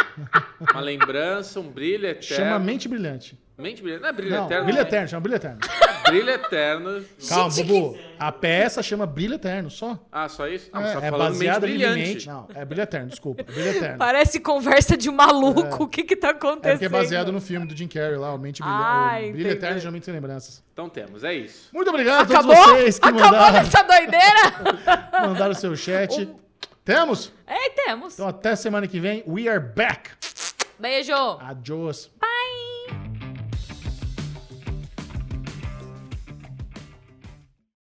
Speaker 3: uma lembrança, um brilho eterno.
Speaker 1: Chama Mente Brilhante.
Speaker 3: Mente Brilhante. Não é Brilho
Speaker 1: Não,
Speaker 3: Eterno.
Speaker 1: Brilho
Speaker 3: né?
Speaker 1: Eterno, chama Brilho Eterno.
Speaker 3: Brilho Eterno.
Speaker 1: Calma, Bubu. A peça chama Brilho Eterno, só.
Speaker 3: Ah, só isso? Ah, mas
Speaker 1: É,
Speaker 3: tá
Speaker 1: é
Speaker 3: falando
Speaker 1: baseado
Speaker 3: Mente
Speaker 1: em
Speaker 3: Brilhante.
Speaker 1: mente. Não, é Brilho Eterno, desculpa. Brilho Eterno.
Speaker 2: Parece conversa de maluco. O que que tá
Speaker 1: É
Speaker 2: acontecendo?
Speaker 1: porque é baseado no filme do Jim Carrey lá, o Mente Brilhante.
Speaker 2: Ah,
Speaker 1: o Brilho
Speaker 2: entendi.
Speaker 1: Eterno, geralmente sem lembranças.
Speaker 3: Então temos, é isso.
Speaker 1: Muito obrigado
Speaker 2: Acabou?
Speaker 1: a todos vocês que
Speaker 2: Acabou
Speaker 1: mandaram,
Speaker 2: essa doideira?
Speaker 1: mandaram o seu chat. Temos?
Speaker 2: é, temos.
Speaker 1: Então até semana que vem. We are back.
Speaker 2: Beijo.
Speaker 1: Adios.
Speaker 2: Bye.